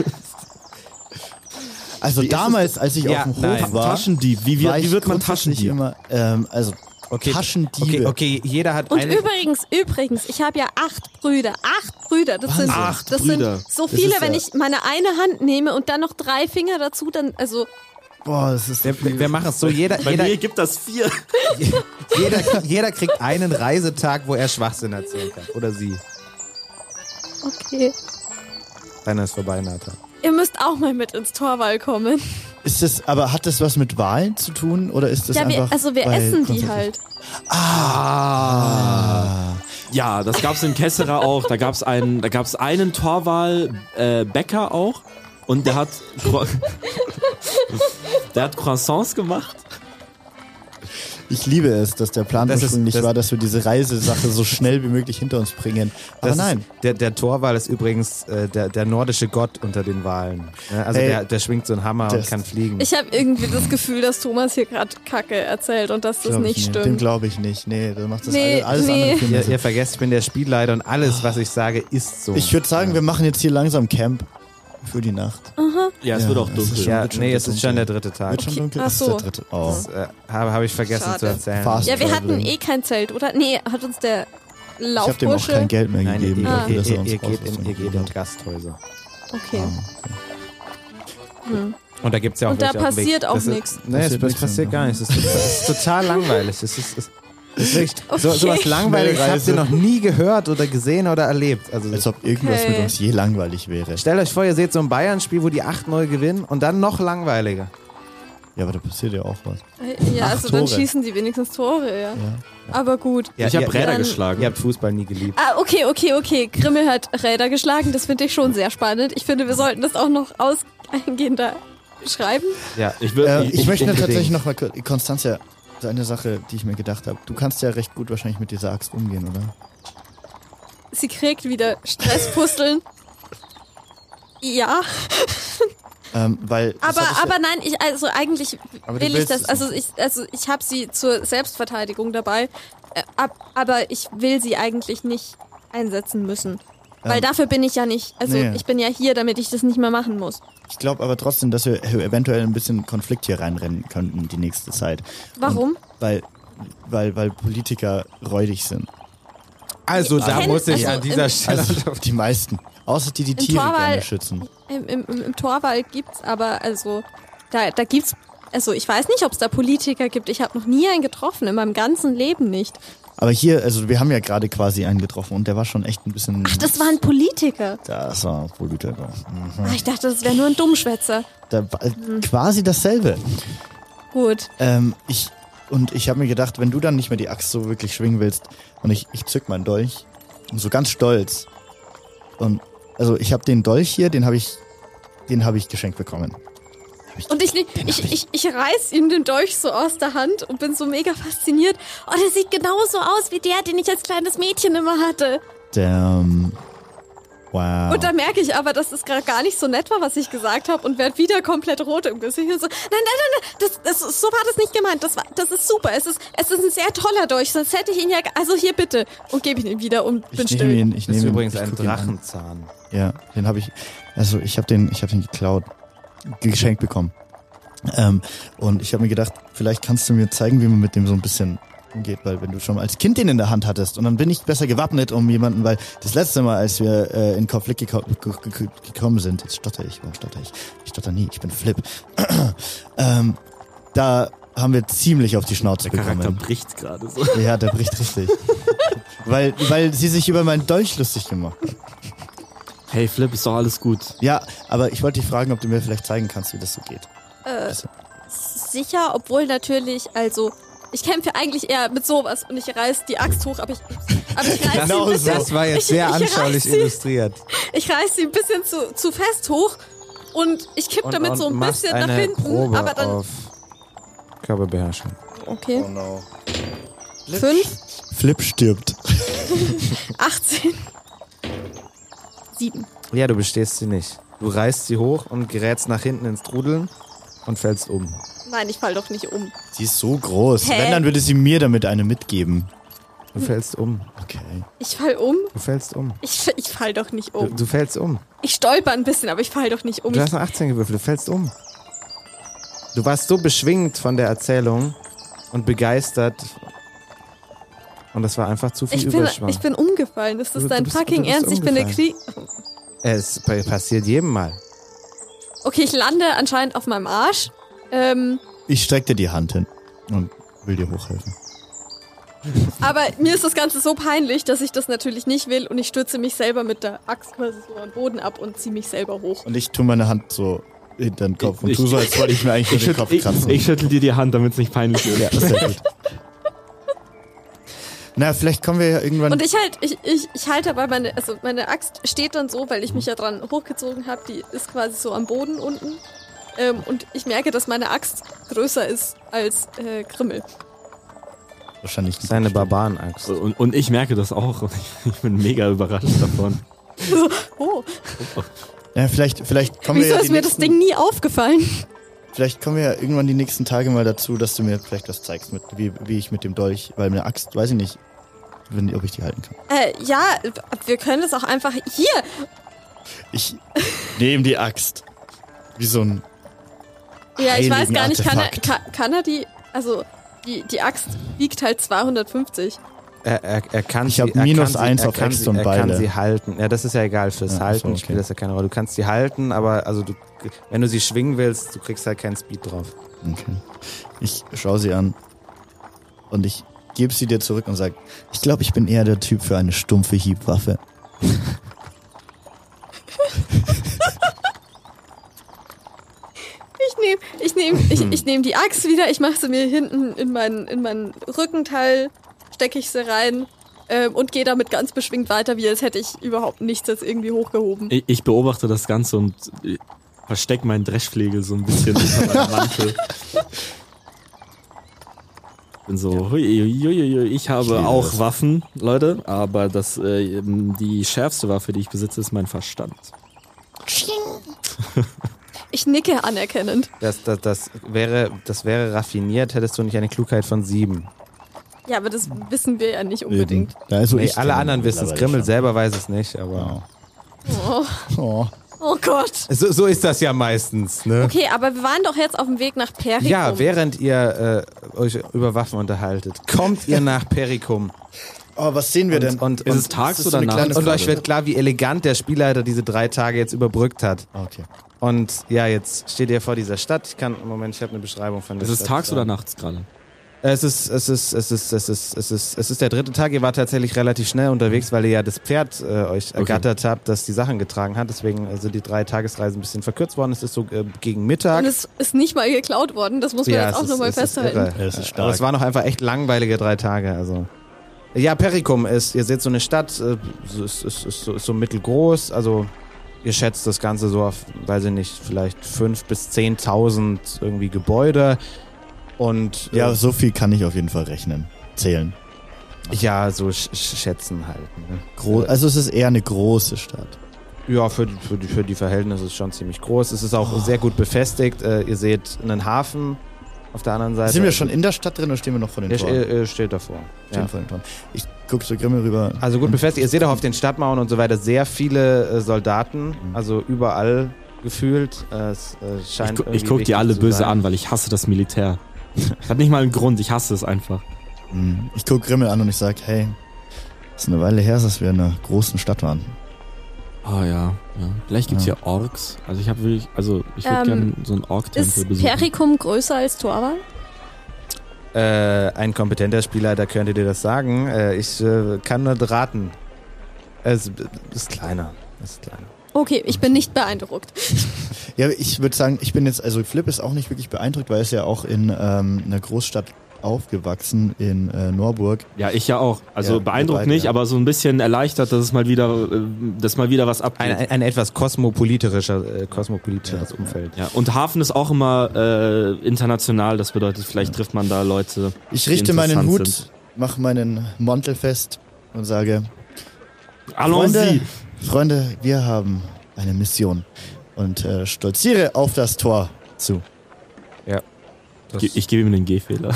Speaker 4: Also damals, als ich
Speaker 2: Ja,
Speaker 4: auf dem Hof
Speaker 2: nein.
Speaker 4: war,
Speaker 3: Taschendieb. Wie,
Speaker 4: war
Speaker 3: wird- wie
Speaker 4: ich
Speaker 3: wird man
Speaker 4: grundsätzlich
Speaker 3: Taschendieb?
Speaker 4: Immer, ähm, also Taschendiebe.
Speaker 2: Okay, okay, jeder hat
Speaker 5: Und
Speaker 2: eine.
Speaker 5: übrigens, übrigens, ich habe ja acht Brüder. Acht Brüder. Das sind,
Speaker 3: Acht
Speaker 5: das
Speaker 3: Brüder.
Speaker 5: sind so
Speaker 4: Das
Speaker 5: viele,
Speaker 4: ist
Speaker 5: wenn
Speaker 4: ja-
Speaker 5: ich meine eine Hand nehme und dann noch drei Finger dazu, dann, also
Speaker 4: Boah, das ist
Speaker 2: Wir, wir machen es so, jeder,
Speaker 3: Bei
Speaker 2: jeder,
Speaker 3: mir gibt das vier.
Speaker 2: jeder, jeder kriegt einen Reisetag, wo er Schwachsinn erzählen kann. Oder sie.
Speaker 5: okay.
Speaker 2: Deiner ist vorbei, Nathan.
Speaker 5: Ihr müsst auch mal mit ins Torwall kommen.
Speaker 4: Ist das, aber hat das was mit Wahlen zu tun oder ist das
Speaker 5: Ja, wir,
Speaker 4: einfach?
Speaker 5: also wir
Speaker 4: weil
Speaker 5: essen die
Speaker 4: grundsätzlich-
Speaker 5: halt.
Speaker 4: Ah,
Speaker 3: Ja, das gab's in Kessera auch. Da gab's einen, da gab's einen Torwal-Bäcker auch. Und der hat, Cro- [LAUGHS] der hat Croissants gemacht.
Speaker 4: ich liebe es, dass der Plan
Speaker 2: Das ist-
Speaker 4: ursprünglich
Speaker 2: das-
Speaker 4: war, dass wir diese Reisesache so schnell wie möglich hinter uns bringen. Aber
Speaker 2: Das
Speaker 4: nein,
Speaker 2: Ist, der, der Torwal ist übrigens äh, der, der nordische Gott unter den Walen. Ne? Also
Speaker 4: Ey,
Speaker 2: der, der schwingt so einen Hammer und
Speaker 4: das-
Speaker 2: kann fliegen.
Speaker 5: Ich habe irgendwie das Gefühl, dass Thomas hier gerade Kacke erzählt und dass das
Speaker 4: glaub
Speaker 5: nicht
Speaker 4: ich nicht. dem
Speaker 5: stimmt.
Speaker 4: glaube ich nicht. Nee, das macht das
Speaker 5: Nee,
Speaker 4: alles, alles
Speaker 5: nee.
Speaker 4: andere. für mich
Speaker 2: ihr,
Speaker 4: Sinn.
Speaker 2: ihr vergesst, ich bin der Spielleiter und alles, was ich sage, ist so.
Speaker 4: Ich würde sagen, wir machen jetzt hier langsam Camp für die Nacht.
Speaker 3: Ja, es
Speaker 4: Ja,
Speaker 3: wird auch
Speaker 4: das
Speaker 3: dunkel.
Speaker 4: ist schon-
Speaker 2: ja,
Speaker 4: wird
Speaker 2: nee, es
Speaker 4: dunkel.
Speaker 2: ist schon der dritte Tag.
Speaker 4: Wird schon
Speaker 5: Ah, Okay,
Speaker 4: dunkel?
Speaker 5: ach
Speaker 4: Das ist der
Speaker 5: so.
Speaker 4: dritte. Oh.
Speaker 2: Das, äh, habe habe ich vergessen
Speaker 5: Schade.
Speaker 2: zu erzählen.
Speaker 4: Fast.
Speaker 5: Ja, wir hatten
Speaker 4: Traveling.
Speaker 5: eh kein Zelt, oder? Nee, hat uns der
Speaker 4: Ich habe dem auch
Speaker 5: Laufbursche.
Speaker 4: kein Geld mehr
Speaker 2: Nein, ihr,
Speaker 4: gegeben.
Speaker 2: ihr,
Speaker 4: dafür,
Speaker 2: ihr,
Speaker 4: dass er
Speaker 2: ihr,
Speaker 4: uns
Speaker 2: ihr, geht in,
Speaker 4: Ausrüstung
Speaker 2: ihr geht
Speaker 4: gegeben
Speaker 2: in
Speaker 4: hat.
Speaker 2: Gasthäuser.
Speaker 5: okay.
Speaker 2: Und da gibt's ja auch
Speaker 5: Und da
Speaker 2: welche auf dem Weg.
Speaker 5: passiert auch
Speaker 2: Das ist-
Speaker 5: nix.
Speaker 2: Nee, es
Speaker 4: Passiert
Speaker 2: passiert,
Speaker 4: nix, ja.
Speaker 2: gar nichts. Es ist, es ist total langweilig. Es ist, es ist wirklich, so, so was
Speaker 5: Okay.
Speaker 2: Langweiliges habt ihr noch nie gehört oder gesehen oder erlebt. Also,
Speaker 4: Als ob irgendwas
Speaker 5: Okay.
Speaker 4: mit uns je langweilig wäre.
Speaker 2: Stellt euch vor, ihr seht so ein Bayern-Spiel, wo die 8-0 gewinnen und dann noch langweiliger.
Speaker 4: Ja, aber da passiert ja auch was.
Speaker 5: Ja,
Speaker 4: Acht
Speaker 5: also dann
Speaker 4: Tore.
Speaker 5: schießen die wenigstens Tore, ja. Aber gut.
Speaker 2: Ja,
Speaker 3: ich habe
Speaker 2: ihr-
Speaker 3: Räder
Speaker 5: dann-
Speaker 3: geschlagen.
Speaker 2: Ihr habt Fußball nie geliebt.
Speaker 5: Ah, okay, okay, okay. Grimmel hat Räder geschlagen. Das finde ich schon sehr spannend. Ich finde, wir sollten das auch noch aus- eingehender schreiben.
Speaker 2: Ja.
Speaker 3: Ich, würd,
Speaker 4: Äh, ich, möchte
Speaker 2: unbedingt.
Speaker 4: tatsächlich noch mal kurz, Konstanzia, so eine Sache, die ich mir gedacht habe. Du kannst ja recht gut wahrscheinlich mit dieser Axt umgehen, oder?
Speaker 5: Sie kriegt wieder Stresspusteln. Ja,
Speaker 4: Ähm, weil das hatte
Speaker 5: aber
Speaker 4: ich ja-
Speaker 5: aber nein, ich also eigentlich
Speaker 4: Aber du
Speaker 5: will ich
Speaker 4: willst
Speaker 5: das,
Speaker 4: es
Speaker 5: also ich also ich habe sie zur Selbstverteidigung dabei, äh, ab, aber ich will sie eigentlich nicht einsetzen müssen, weil
Speaker 4: Ähm,
Speaker 5: dafür bin ich ja nicht, also
Speaker 4: nee.
Speaker 5: ich bin ja hier, damit ich das nicht mehr machen muss.
Speaker 4: ich glaube aber trotzdem, dass wir eventuell ein bisschen Konflikt hier reinrennen könnten die nächste Zeit.
Speaker 5: Warum?
Speaker 4: Weil, weil, weil Politiker räudig [LAUGHS] sind.
Speaker 2: Also,
Speaker 5: da kenn- muss ich also an dieser im-
Speaker 2: Stelle.
Speaker 4: Also die meisten. Außer die, die Tiere
Speaker 5: Torwall-
Speaker 4: gerne schützen.
Speaker 5: Im, im, im, im Torwald gibt's aber also da da gibt's also ich weiß nicht, ob es da Politiker gibt. Ich habe noch nie einen getroffen in meinem ganzen Leben nicht.
Speaker 4: Aber hier, also wir haben ja gerade quasi einen getroffen und der war schon echt ein bisschen...
Speaker 5: Ach, das war ein Politiker.
Speaker 4: Das war Politiker. Mhm.
Speaker 5: Ach, ich dachte, das wäre nur ein Dummschwätzer.
Speaker 4: Da war quasi dasselbe.
Speaker 5: Gut.
Speaker 4: Ähm, ich, und ich habe mir gedacht, wenn du dann nicht mehr die Axt so wirklich schwingen willst und ich, ich zück meinen Dolch und so ganz stolz. Und also ich habe den Dolch hier, den habe ich, den habe ich geschenkt bekommen.
Speaker 5: Und ich, ich, ich, ich, ich reiß ihm den Dolch so aus der Hand und bin so mega fasziniert. Oh, der sieht genauso aus wie der, den ich als kleines Mädchen immer hatte.
Speaker 4: Damn. Wow.
Speaker 5: Und da merke ich aber, dass es gerade gar nicht so nett war, was ich gesagt habe und werde wieder komplett rot im Gesicht. Und so, nein, nein, nein, nein das, das, ist- so war das nicht gemeint. Das, war, das ist super. Es ist, es ist ein sehr toller Dolch. Sonst hätte ich ihn ja... ge- Also hier bitte. Und gebe ihn ihm wieder und bin
Speaker 4: ich nehme
Speaker 5: still.
Speaker 4: ihn, ich
Speaker 2: Das
Speaker 4: nehme
Speaker 2: ist
Speaker 4: ihn,
Speaker 2: übrigens
Speaker 4: ich
Speaker 2: ein
Speaker 4: guck ihn an.
Speaker 2: Drachenzahn.
Speaker 4: Ja, den habe ich, also ich habe den, ich habe den geklaut, geschenkt bekommen. Ähm, und ich habe mir gedacht, vielleicht kannst du mir zeigen, wie man mit dem so ein bisschen geht, weil wenn du schon als Kind den in der Hand hattest und dann bin ich besser gewappnet um jemanden, weil das letzte Mal, als wir äh, in Konflikt geko ge- ge- gekommen sind, jetzt stotter ich, warum stotter ich? Ich stotter nie, ich bin Flip. [CLEARS THROAT] ähm, da haben wir ziemlich auf die Schnauze
Speaker 3: Charakter
Speaker 4: bekommen.
Speaker 3: bricht gerade so.
Speaker 4: Ja, der bricht richtig. weil, weil sie sich über meinen Dolch lustig gemacht hat.
Speaker 3: Hey, Flip, ist doch alles gut.
Speaker 4: Ja, aber ich wollte dich fragen, ob du mir vielleicht zeigen kannst, wie das so geht.
Speaker 5: Sicher, obwohl natürlich, also, ich kämpfe eigentlich eher mit sowas und ich reiß die Axt hoch, aber ich, aber ich reiß sie ein
Speaker 4: Genau so.
Speaker 5: bisschen,
Speaker 4: Das
Speaker 2: war jetzt
Speaker 5: Also, ich-
Speaker 2: sehr
Speaker 5: ich reiß
Speaker 2: anschaulich
Speaker 5: sie-
Speaker 2: illustriert.
Speaker 5: Ich reiß sie ein bisschen zu, zu fest hoch und ich kipp damit so ein
Speaker 2: machst
Speaker 5: bisschen
Speaker 2: eine
Speaker 5: nach hinten,
Speaker 2: Probe
Speaker 5: aber dann.
Speaker 2: Auf Körperbeherrschung.
Speaker 5: Okay.
Speaker 4: no.
Speaker 5: Fünf,
Speaker 4: Flip stirbt.
Speaker 5: 18, 7.
Speaker 2: Ja, du bestehst sie nicht. Du reißt sie hoch und gerätst nach hinten ins Trudeln und fällst um.
Speaker 5: Nein, ich fall doch nicht um.
Speaker 4: Sie ist so groß.
Speaker 5: Hä?
Speaker 4: Wenn, dann würde sie mir damit eine mitgeben.
Speaker 2: Du fällst um.
Speaker 4: Okay.
Speaker 5: Ich fall um?
Speaker 2: Du fällst um.
Speaker 5: Ich, ich fall doch nicht
Speaker 2: Du,
Speaker 5: um.
Speaker 2: du fällst um.
Speaker 5: Ich stolper ein bisschen, aber ich fall doch nicht um.
Speaker 2: Du
Speaker 5: Ich,
Speaker 2: hast eine 18 gewürfelt. Du fällst um. Du warst so beschwingt von der Erzählung und begeistert. Und das war einfach zu viel
Speaker 5: ich, bin,
Speaker 2: Überschwang.
Speaker 5: ich bin umgefallen. Ist das
Speaker 2: Du- du
Speaker 5: dein
Speaker 2: bist- du
Speaker 5: fucking
Speaker 2: bist
Speaker 5: Ernst? Ich bin der Krieg.
Speaker 2: es pa- passiert jedem Mal.
Speaker 5: Okay, ich lande anscheinend auf meinem Arsch. Ähm,
Speaker 4: Ich strecke dir die Hand hin und will dir hochhelfen.
Speaker 5: aber mir ist das Ganze so peinlich, dass ich das natürlich nicht will und ich stürze mich selber mit der Axt quasi so am Boden ab und ziehe mich selber hoch.
Speaker 4: Und ich tue meine Hand so in den Kopf und
Speaker 3: Ich-
Speaker 4: tu so, als wollte ich mir eigentlich nur den Kopf
Speaker 3: ich,
Speaker 4: kratzen.
Speaker 3: ich schüttel dir die Hand, damit es nicht peinlich wird.
Speaker 4: ja, ist
Speaker 3: [LAUGHS]
Speaker 4: ja gut. Na, vielleicht kommen wir ja irgendwann.
Speaker 5: Und ich halt, ich, ich, ich halte dabei meine, also meine Axt steht dann so, weil ich mich ja dran hochgezogen habe, die ist quasi so am Boden unten. Ähm, und ich merke, dass meine Axt größer ist als äh, Grimmel.
Speaker 4: wahrscheinlich nicht.
Speaker 2: Seine Barbarenaxt.
Speaker 3: Und, und ich merke das auch. Und ich, ich bin mega überrascht davon.
Speaker 5: Oh,
Speaker 4: Ja, vielleicht, vielleicht kommen wir
Speaker 5: wieso
Speaker 4: ja
Speaker 5: ist
Speaker 4: die
Speaker 5: mir das
Speaker 4: nächsten,
Speaker 5: Ding nie aufgefallen? [LAUGHS]
Speaker 4: Vielleicht kommen wir ja irgendwann die nächsten Tage mal dazu, dass du mir vielleicht was zeigst, mit, wie, wie ich mit dem Dolch, weil eine Axt, weiß ich nicht, wenn, ob ich die halten kann.
Speaker 5: Äh, ja, wir können das auch einfach hier.
Speaker 4: Ich nehme die Axt. Wie so ein.
Speaker 5: Ja, ich weiß
Speaker 4: Heiligen
Speaker 5: gar nicht, kann er,
Speaker 4: Artefakt.
Speaker 5: kann, kann er die, also die, die Axt wiegt halt 250.
Speaker 2: Er, er, er kann
Speaker 4: Ich
Speaker 2: sie-
Speaker 4: hab
Speaker 2: er
Speaker 4: minus
Speaker 2: kann
Speaker 4: eins
Speaker 2: sie, er
Speaker 4: auf
Speaker 2: kann
Speaker 4: Äxte
Speaker 2: sie-
Speaker 4: und
Speaker 2: er
Speaker 4: Beile.
Speaker 2: kann sie halten. Ja, das ist ja egal. Fürs
Speaker 4: Ja, ach so,
Speaker 2: Halten
Speaker 4: okay.
Speaker 2: spielt das ja keine Rolle. Du kannst sie halten, aber also du, wenn du sie schwingen willst, du kriegst halt keinen Speed drauf.
Speaker 4: Okay. Ich schaue sie an und ich gebe sie dir zurück und sage, ich glaube, ich bin eher der Typ für eine stumpfe Hiebwaffe.
Speaker 5: Ich nehme ich nehm,
Speaker 2: [LAUGHS]
Speaker 5: ich, ich nehm die Axt wieder, ich mache sie mir hinten in meinen, in meinen Rückenteil, stecke ich sie rein ähm, und gehe damit ganz beschwingt weiter, wie als hätte ich überhaupt nichts jetzt irgendwie hochgehoben.
Speaker 3: Ich, ich beobachte das Ganze und äh, versteck meinen Dreschflegel so ein bisschen
Speaker 4: [LAUGHS]
Speaker 3: unter meinem Mantel. Bin so, hui, hui, hui, hui, ich habe
Speaker 4: liebe
Speaker 3: auch
Speaker 4: das.
Speaker 3: Waffen, Leute, aber das, äh, die schärfste Waffe, die ich besitze, ist mein Verstand.
Speaker 5: Ich nicke anerkennend.
Speaker 2: Das, das, das, wäre, das wäre raffiniert, hättest du nicht eine Klugheit von sieben.
Speaker 5: Ja, aber das
Speaker 2: Hm.
Speaker 5: wissen wir ja nicht unbedingt.
Speaker 4: Da ist so
Speaker 2: Nee,
Speaker 4: ich
Speaker 2: alle
Speaker 4: drin
Speaker 2: anderen wissen es.
Speaker 4: mittlerweile
Speaker 2: Grimmel
Speaker 4: schon. Genau.
Speaker 2: selber weiß es nicht, aber.
Speaker 5: Oh,
Speaker 4: Oh.
Speaker 5: oh Gott.
Speaker 2: So, so ist das ja meistens, ne?
Speaker 5: Okay, aber wir waren doch jetzt auf dem Weg nach Perikum.
Speaker 2: Ja, während ihr äh, euch über Waffen unterhaltet, kommt ihr nach Perikum.
Speaker 4: oh, was sehen wir denn?
Speaker 2: Und, und,
Speaker 3: Ist es
Speaker 2: und,
Speaker 3: tags
Speaker 4: ist so
Speaker 3: oder
Speaker 4: eine
Speaker 3: nachts?
Speaker 4: kleine-
Speaker 2: und euch wird klar, wie elegant der Spielleiter diese drei Tage jetzt überbrückt hat.
Speaker 4: Ah, okay.
Speaker 2: Und ja, jetzt steht ihr vor dieser Stadt. Ich kann, Moment, ich habe eine Beschreibung von der
Speaker 3: Ist es
Speaker 2: Stadt.
Speaker 3: tags oder nachts gerade?
Speaker 2: Es ist, es ist, es ist, es ist, es ist, es ist der dritte Tag. Ihr wart tatsächlich relativ schnell unterwegs, weil ihr ja das Pferd äh, euch ergattert habt, das die Sachen getragen hat. Deswegen äh, sind die drei Tagesreisen ein bisschen verkürzt worden. Es ist so äh, gegen Mittag.
Speaker 5: Und es ist nicht mal geklaut worden, das muss man
Speaker 2: ja,
Speaker 5: jetzt
Speaker 2: es
Speaker 5: auch
Speaker 2: ist-
Speaker 5: nochmal
Speaker 2: es ist
Speaker 5: festhalten.
Speaker 2: irre.
Speaker 4: Ja, es ist
Speaker 2: Aber es
Speaker 4: stark.
Speaker 2: waren auch einfach echt langweilige drei Tage. Also ja, Perikum ist. Ihr seht so eine Stadt, äh, so- ist, ist, ist, so- ist so mittelgroß. Also ihr schätzt das Ganze so auf, weiß ich nicht, vielleicht fünf bis 10.000 irgendwie Gebäude. Und äh,
Speaker 4: Ja, so viel kann ich auf jeden Fall rechnen. Zählen.
Speaker 2: ja, so sch sch schätzen halt. Ne?
Speaker 4: Gro also es ist eher eine große Stadt.
Speaker 2: Ja, für, die- für, die, für die Verhältnisse ist es schon ziemlich groß. Es ist auch sehr gut befestigt. Äh, ihr seht einen Hafen auf der anderen Seite.
Speaker 4: Sind wir schon in der Stadt drin oder stehen wir noch vor den
Speaker 2: Ihr,
Speaker 4: Toren?
Speaker 2: ihr, ihr steht davor.
Speaker 4: Stehen vor den Toren. Ich gucke zu Grimmel rüber.
Speaker 2: Also gut befestigt. Ihr seht auch auf den Stadtmauern und so weiter sehr viele äh, Soldaten. Also überall gefühlt. Äh, es äh,
Speaker 3: Mhm. Ich,
Speaker 2: scheint
Speaker 3: gu- ich
Speaker 2: irgendwie
Speaker 3: guck die
Speaker 2: wichtig
Speaker 3: alle
Speaker 2: zu
Speaker 3: böse
Speaker 2: sein.
Speaker 3: an, weil ich hasse das Militär. Hat nicht mal einen Grund, ich hasse es einfach.
Speaker 4: Hm, Ich guck Grimmel an und ich sag, hey, ist eine Weile her, dass wir in einer großen Stadt waren.
Speaker 3: Ah ja, ja. Vielleicht gibt's
Speaker 4: Ja.
Speaker 3: hier Orks. Also ich habe wirklich, also ich würde
Speaker 5: Ähm,
Speaker 3: gerne so einen Ork-Tempel
Speaker 5: Ist
Speaker 3: besuchen.
Speaker 5: Perikum größer als Torwal?
Speaker 2: Äh, ein kompetenter Spielleiter könnte dir das sagen. Äh, ich äh, kann nur raten. Es äh, ist kleiner. Ist kleiner.
Speaker 5: Okay, ich bin nicht beeindruckt.
Speaker 4: Ja, ich würde sagen, ich bin jetzt, also Flip ist auch nicht wirklich beeindruckt, weil er ist ja auch in ähm, einer Großstadt aufgewachsen, in äh, Norburg.
Speaker 3: ja, ich ja auch. Also
Speaker 4: Ja, wir
Speaker 3: beeindruckt
Speaker 4: beide,
Speaker 3: nicht,
Speaker 4: ja.
Speaker 3: aber so ein bisschen erleichtert, dass es mal wieder, äh, dass mal wieder was abgeht.
Speaker 2: Ein, ein, ein etwas kosmopolitischer, äh, kosmopolitischeres Umfeld.
Speaker 3: ja, und Hafen ist auch immer äh, international, das bedeutet, vielleicht trifft man da Leute.
Speaker 4: Ich
Speaker 3: die
Speaker 4: richte meinen
Speaker 3: interessant
Speaker 4: Hut,
Speaker 3: sind.
Speaker 4: mach meinen Mantel fest und sage,
Speaker 3: Allons-y!
Speaker 4: Freunde, Freunde, wir haben eine Mission und äh, stolziere auf das Tor zu.
Speaker 2: Das-
Speaker 3: Ge- Ich gebe ihm den G-Fehler.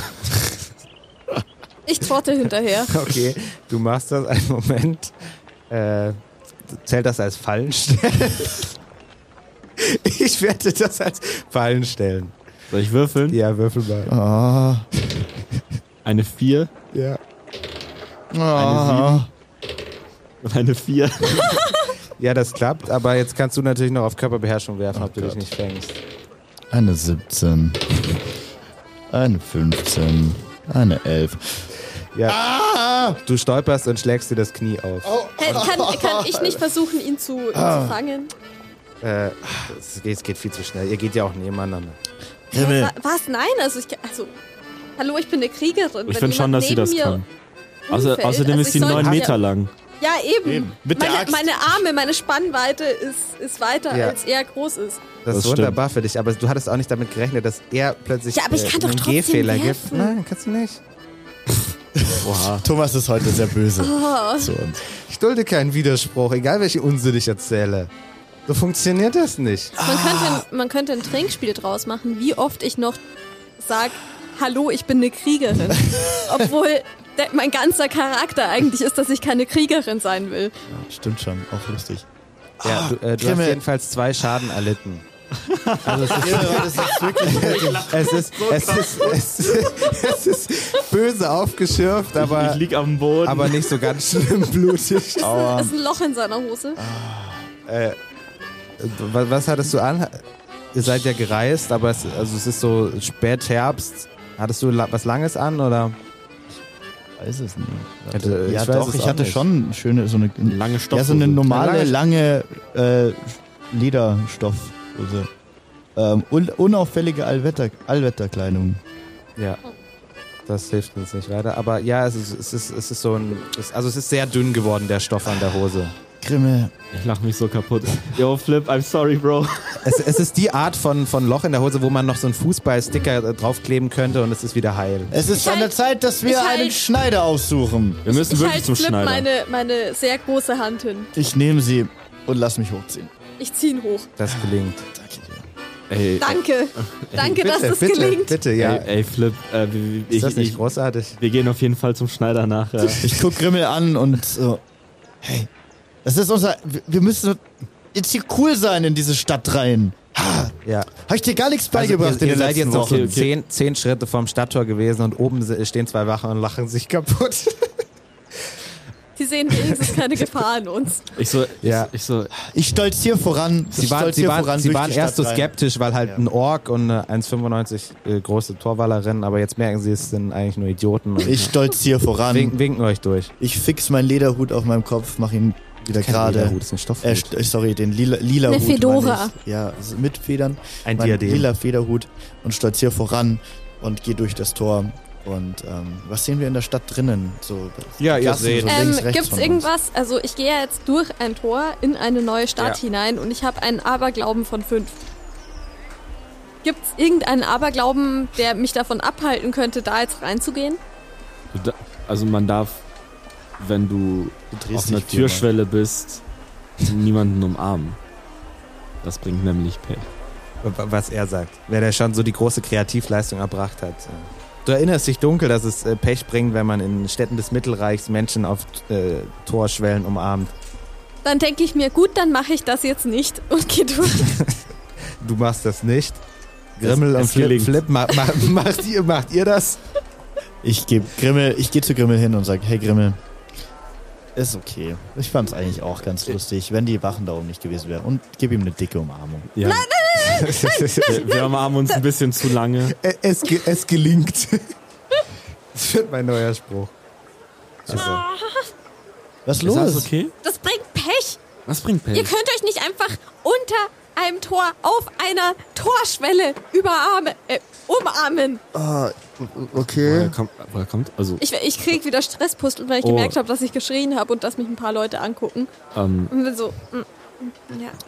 Speaker 5: Ich trottel hinterher.
Speaker 2: [LAUGHS] okay, du machst das einen Moment. Äh, zählt das als Fallenstellen? [LAUGHS] ich werde das als Fallenstellen.
Speaker 3: Soll ich würfeln?
Speaker 2: Ja, würfel mal.
Speaker 4: Ah,
Speaker 3: Eine 4
Speaker 2: Ja.
Speaker 4: ah.
Speaker 3: und eine
Speaker 5: [LAUGHS]
Speaker 3: 4.
Speaker 2: ja, das klappt, aber jetzt kannst du natürlich noch auf Körperbeherrschung werfen,
Speaker 4: Oh
Speaker 2: ob du dich
Speaker 4: Gott.
Speaker 2: nicht fängst.
Speaker 4: Eine 17. Eine 15. Eine 11.
Speaker 2: Ja.
Speaker 5: Ah!
Speaker 2: Du stolperst und schlägst dir das Knie auf.
Speaker 5: Hey, Äh, kann,
Speaker 4: [LAUGHS]
Speaker 5: kann ich nicht versuchen, ihn zu, ihn zu
Speaker 4: Ah.
Speaker 5: fangen?
Speaker 2: Äh, es, geht, es geht viel zu schnell. Ihr geht ja auch nebeneinander.
Speaker 4: Himmel.
Speaker 5: Wa- Was? Nein, also ich. Also, hallo, ich bin eine Kriegerin.
Speaker 3: Ich
Speaker 5: Wenn
Speaker 3: finde schon,
Speaker 5: jemand
Speaker 3: dass sie
Speaker 5: neben
Speaker 3: das
Speaker 5: mir
Speaker 3: kann. Außer,
Speaker 5: hinfällt,
Speaker 3: außerdem
Speaker 5: also
Speaker 3: ist
Speaker 5: ich
Speaker 3: sie
Speaker 5: soll-
Speaker 3: 9
Speaker 5: Ja.
Speaker 3: Meter lang.
Speaker 5: Ja, eben.
Speaker 4: Eben. Mit der
Speaker 5: meine,
Speaker 4: Axt.
Speaker 5: meine Arme, meine Spannweite ist, ist weiter,
Speaker 2: Ja.
Speaker 5: als er groß ist.
Speaker 2: Das,
Speaker 3: Das
Speaker 2: ist
Speaker 3: stimmt.
Speaker 2: wunderbar für dich, aber du hattest auch nicht damit gerechnet, dass er plötzlich äh,
Speaker 5: Ja, aber ich kann doch
Speaker 2: einen
Speaker 5: trotzdem
Speaker 2: Gehfehler
Speaker 5: werfen.
Speaker 2: gibt. Nein, kannst du nicht.
Speaker 3: Oha.
Speaker 4: Thomas ist heute sehr
Speaker 5: [LAUGHS]
Speaker 4: böse
Speaker 5: Oh.
Speaker 4: zu uns.
Speaker 2: Ich dulde keinen Widerspruch, egal welche Unsinn ich erzähle. So funktioniert das nicht.
Speaker 5: Man, könnte, man könnte ein Trinkspiel draus machen, wie oft ich noch sage, hallo, ich bin
Speaker 4: [LAUGHS]
Speaker 5: eine Kriegerin. Obwohl der, mein ganzer Charakter eigentlich ist, dass ich keine Kriegerin sein will.
Speaker 4: Stimmt schon, auch lustig.
Speaker 2: ja, du, äh, du hast
Speaker 4: Ah, Kimmel.
Speaker 2: jedenfalls zwei Schaden erlitten. Also
Speaker 4: [LAUGHS] das ist
Speaker 2: [LAUGHS]
Speaker 4: wirklich
Speaker 2: Es ist, es ist, es ist, es ist böse aufgeschürft,
Speaker 3: ich
Speaker 2: aber,
Speaker 3: lieg am Boden.
Speaker 2: aber nicht so ganz schlimm
Speaker 4: [LAUGHS]
Speaker 2: blutig.
Speaker 4: Oh.
Speaker 5: Das ist ein Loch in seiner Hose.
Speaker 4: Ah.
Speaker 2: Was, was hattest du an? Ihr seid ja gereist, aber es, also es ist so Spätherbst. Hattest du la was Langes an oder?
Speaker 4: Ich weiß es nicht.
Speaker 2: Hätte- Äh, ich
Speaker 4: ja,
Speaker 2: weiß
Speaker 4: doch,
Speaker 2: es
Speaker 4: ich
Speaker 2: auch
Speaker 4: hatte
Speaker 2: nicht.
Speaker 4: schon eine schöne, so eine,
Speaker 3: lange Stoff.
Speaker 4: ja, so eine normale,
Speaker 2: Eine
Speaker 4: lange äh, Lederstoffhose. Ähm, un unauffällige Allwetter Allwetterkleidung.
Speaker 2: Ja. Das hilft uns nicht weiter. Aber ja, es ist, es ist, es ist so ein. Es, also es ist sehr dünn geworden, der Stoff an der Hose.
Speaker 4: Grimme.
Speaker 3: Ich lach mich so kaputt. [LAUGHS] Yo, Flip, I'm sorry, Bro.
Speaker 2: Es, es ist die Art von, von Loch in der Hose, wo man noch so einen Fußballsticker äh, draufkleben könnte und es ist wieder heil.
Speaker 4: Es ist
Speaker 5: Ich
Speaker 4: an der
Speaker 5: halt-
Speaker 4: Zeit, dass
Speaker 5: ich
Speaker 4: wir
Speaker 5: halt-
Speaker 4: einen Schneider aussuchen.
Speaker 3: Wir müssen
Speaker 5: Ich
Speaker 3: wirklich
Speaker 5: halte
Speaker 3: zum
Speaker 5: Flip
Speaker 3: Schneider.
Speaker 5: meine, meine sehr große Hand hin.
Speaker 4: Ich nehme sie und lass mich hochziehen.
Speaker 5: Ich ziehe ihn hoch.
Speaker 2: Das gelingt.
Speaker 4: Danke dir.
Speaker 3: ey,
Speaker 5: Danke. Danke, dass es
Speaker 2: Äh, bitte,
Speaker 5: gelingt.
Speaker 2: bitte, ja.
Speaker 3: ey, ey, Flip, äh, wir- wir-
Speaker 2: ist das
Speaker 3: ich,
Speaker 2: nicht
Speaker 3: ich,
Speaker 2: großartig?
Speaker 3: wir gehen auf jeden Fall zum Schneider nachher.
Speaker 4: Ich guck Grimmel an und so. Hey, das ist unser. wir- Wir müssen jetzt hier cool sein in diese Stadt rein.
Speaker 2: Ja.
Speaker 4: Hab ich dir gar nichts
Speaker 2: Also
Speaker 4: beigebracht
Speaker 2: ihr, ihr
Speaker 4: in den
Speaker 2: seid
Speaker 4: letzten
Speaker 2: jetzt noch so
Speaker 4: Wochen.
Speaker 2: Zehn, zehn Schritte vom Stadttor gewesen und oben se- stehen zwei Wachen und lachen sich
Speaker 4: [LAUGHS]
Speaker 2: kaputt.
Speaker 5: Sie sehen wenigstens
Speaker 2: [LAUGHS]
Speaker 5: keine Gefahr an uns.
Speaker 3: Ich so,
Speaker 2: Ja.
Speaker 3: ich, ich so,
Speaker 4: Ich stolziere voran.
Speaker 2: Sie
Speaker 4: ich
Speaker 2: waren, sie
Speaker 4: stolziere
Speaker 2: waren,
Speaker 4: voran
Speaker 2: sie
Speaker 4: durch
Speaker 2: waren
Speaker 4: die
Speaker 2: erst so
Speaker 4: Stadt rein.
Speaker 2: skeptisch, weil halt ein Ork und eine 1,95 äh, große Torwallerin, aber jetzt merken sie, es sind eigentlich nur Idioten. Und
Speaker 4: Ich stolziere voran.
Speaker 2: winken, winken euch durch.
Speaker 4: Ich fix meinen Lederhut auf meinem Kopf, mach ihn wieder
Speaker 2: Kein
Speaker 4: gerade.
Speaker 2: Lederhut, ist ein
Speaker 4: Äh,
Speaker 2: Stoffhut.
Speaker 4: st- sorry, den lila, lila
Speaker 5: Eine
Speaker 4: Hut. meine
Speaker 5: Fedora.
Speaker 4: ich. Ja, s- mit Federn.
Speaker 2: Ein
Speaker 4: Mein
Speaker 2: Diadem.
Speaker 4: lila Federhut und stolziere voran und gehe durch das Tor. Und ähm, was sehen wir in der Stadt drinnen? So,
Speaker 2: Ja, ihr
Speaker 4: Klassen,
Speaker 2: seht.
Speaker 4: so
Speaker 5: Ähm,
Speaker 4: links, rechts
Speaker 5: gibt's
Speaker 4: von uns.
Speaker 5: irgendwas? Also ich gehe ja jetzt durch ein Tor in eine neue Stadt
Speaker 2: Ja.
Speaker 5: hinein und ich habe einen Aberglauben von fünf. Gibt's irgendeinen Aberglauben, der mich davon abhalten könnte, da jetzt reinzugehen?
Speaker 3: du da- also man darf, wenn du
Speaker 4: Du
Speaker 3: auf
Speaker 4: drehst
Speaker 3: einer
Speaker 4: dich viermal.
Speaker 3: Türschwelle bist, niemanden umarmen. Das bringt nämlich Pech.
Speaker 2: was er sagt. Wer der schon so die große Kreativleistung erbracht hat. Du erinnerst dich dunkel, dass es äh, Pech bringt, wenn man in Städten des Mittelreichs Menschen auf äh, Torschwellen umarmt.
Speaker 5: Dann denke ich mir, gut, dann mache ich das jetzt nicht und gehe durch.
Speaker 2: Du machst das nicht. Grimmel
Speaker 3: Es-
Speaker 2: und
Speaker 3: es
Speaker 2: Flip, [LAUGHS]
Speaker 3: gelingt.
Speaker 2: Flip ma ma macht, ihr, macht ihr das?
Speaker 4: Ich gebe Grimmel, ich gehe zu Grimmel hin und sage, hey Grimmel, ist okay. Ich fand's eigentlich auch ganz lustig, wenn die Wachen da oben nicht gewesen wären. Und gib ihm eine dicke Umarmung.
Speaker 3: Ja. Nein, nein, nein, [LAUGHS] Wir umarmen uns ein bisschen zu lange.
Speaker 2: Es, ge- es gelingt. das wird mein neuer Spruch. Also,
Speaker 4: Was ist
Speaker 3: Ist
Speaker 4: los?
Speaker 3: alles okay?
Speaker 5: Das bringt Pech.
Speaker 3: Was bringt
Speaker 5: Ihr
Speaker 3: Pech?
Speaker 5: könnt euch nicht einfach unter einem Tor auf einer Torschwelle überarme, äh, umarmen.
Speaker 4: Ah, okay.
Speaker 3: Woher kommt, woher kommt, also,
Speaker 5: Ich, ich krieg wieder Stresspusteln, weil ich
Speaker 3: Oh.
Speaker 5: gemerkt habe, dass ich geschrien habe und dass mich ein paar Leute angucken.
Speaker 3: ähm,
Speaker 5: Und bin so, mm, mm,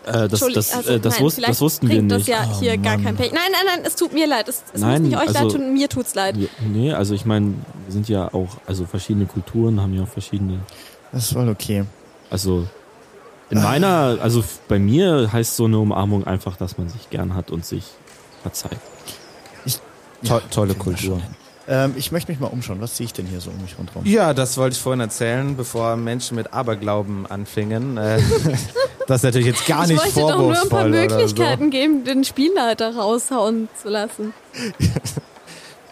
Speaker 5: ja.
Speaker 3: äh, das,
Speaker 5: Entschuldigung,
Speaker 3: das,
Speaker 5: also,
Speaker 3: äh, das,
Speaker 5: nein,
Speaker 3: wus
Speaker 5: vielleicht
Speaker 3: das wussten wir
Speaker 5: bringt das
Speaker 3: nicht. Oh,
Speaker 5: ja hier gar kein Pech. Nein, nein, nein, es tut mir leid. Es, es
Speaker 3: Nein,
Speaker 5: muss nicht euch leid
Speaker 3: also-
Speaker 5: tun, mir tut's leid.
Speaker 3: Ja, Nee, also ich meine, wir sind ja auch, also verschiedene Kulturen haben ja auch verschiedene.
Speaker 4: Das ist voll okay.
Speaker 3: Also in meiner, also f- bei mir heißt so eine Umarmung einfach, dass man sich gern hat und sich verzeiht.
Speaker 4: Ja,
Speaker 3: tolle
Speaker 4: kriegen wir schon hin. Ähm, ich möchte mich mal umschauen. Was sehe ich denn hier so um mich rundherum?
Speaker 2: ja, das wollte ich vorhin erzählen, bevor Menschen mit Aberglauben anfingen. Äh, [LAUGHS] das ist natürlich jetzt gar
Speaker 5: ich
Speaker 2: nicht
Speaker 5: wollte doch nur ein paar
Speaker 2: vorwurfsvoll oder so.
Speaker 5: Möglichkeiten geben, den Spielleiter raushauen zu lassen.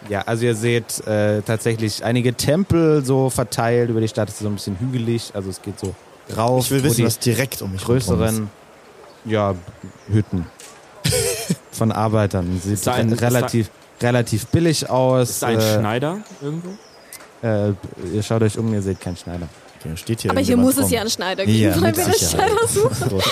Speaker 2: Ja, also ihr seht äh, tatsächlich einige Tempel so verteilt über die Stadt. Es ist so ein bisschen hügelig, also es geht so rauf.
Speaker 4: Ich will
Speaker 2: wo
Speaker 4: wissen,
Speaker 2: die
Speaker 4: was direkt um mich rundherum
Speaker 2: größeren, ja,
Speaker 4: [LAUGHS]
Speaker 2: Hütten von Arbeitern. Sieht
Speaker 3: Ist da ein-
Speaker 2: re- relativ, relativ billig aus.
Speaker 3: Ist da ein
Speaker 2: äh,
Speaker 3: Schneider irgendwo?
Speaker 2: äh, ihr schaut euch um, ihr seht keinen Schneider.
Speaker 4: ist. Okay, steht hier
Speaker 5: Aber hier muss
Speaker 4: irgendjemand
Speaker 5: es ja
Speaker 4: rum?
Speaker 5: einen Schneider geben, weil wir das
Speaker 4: Sicherheit.
Speaker 5: Schneider suchen.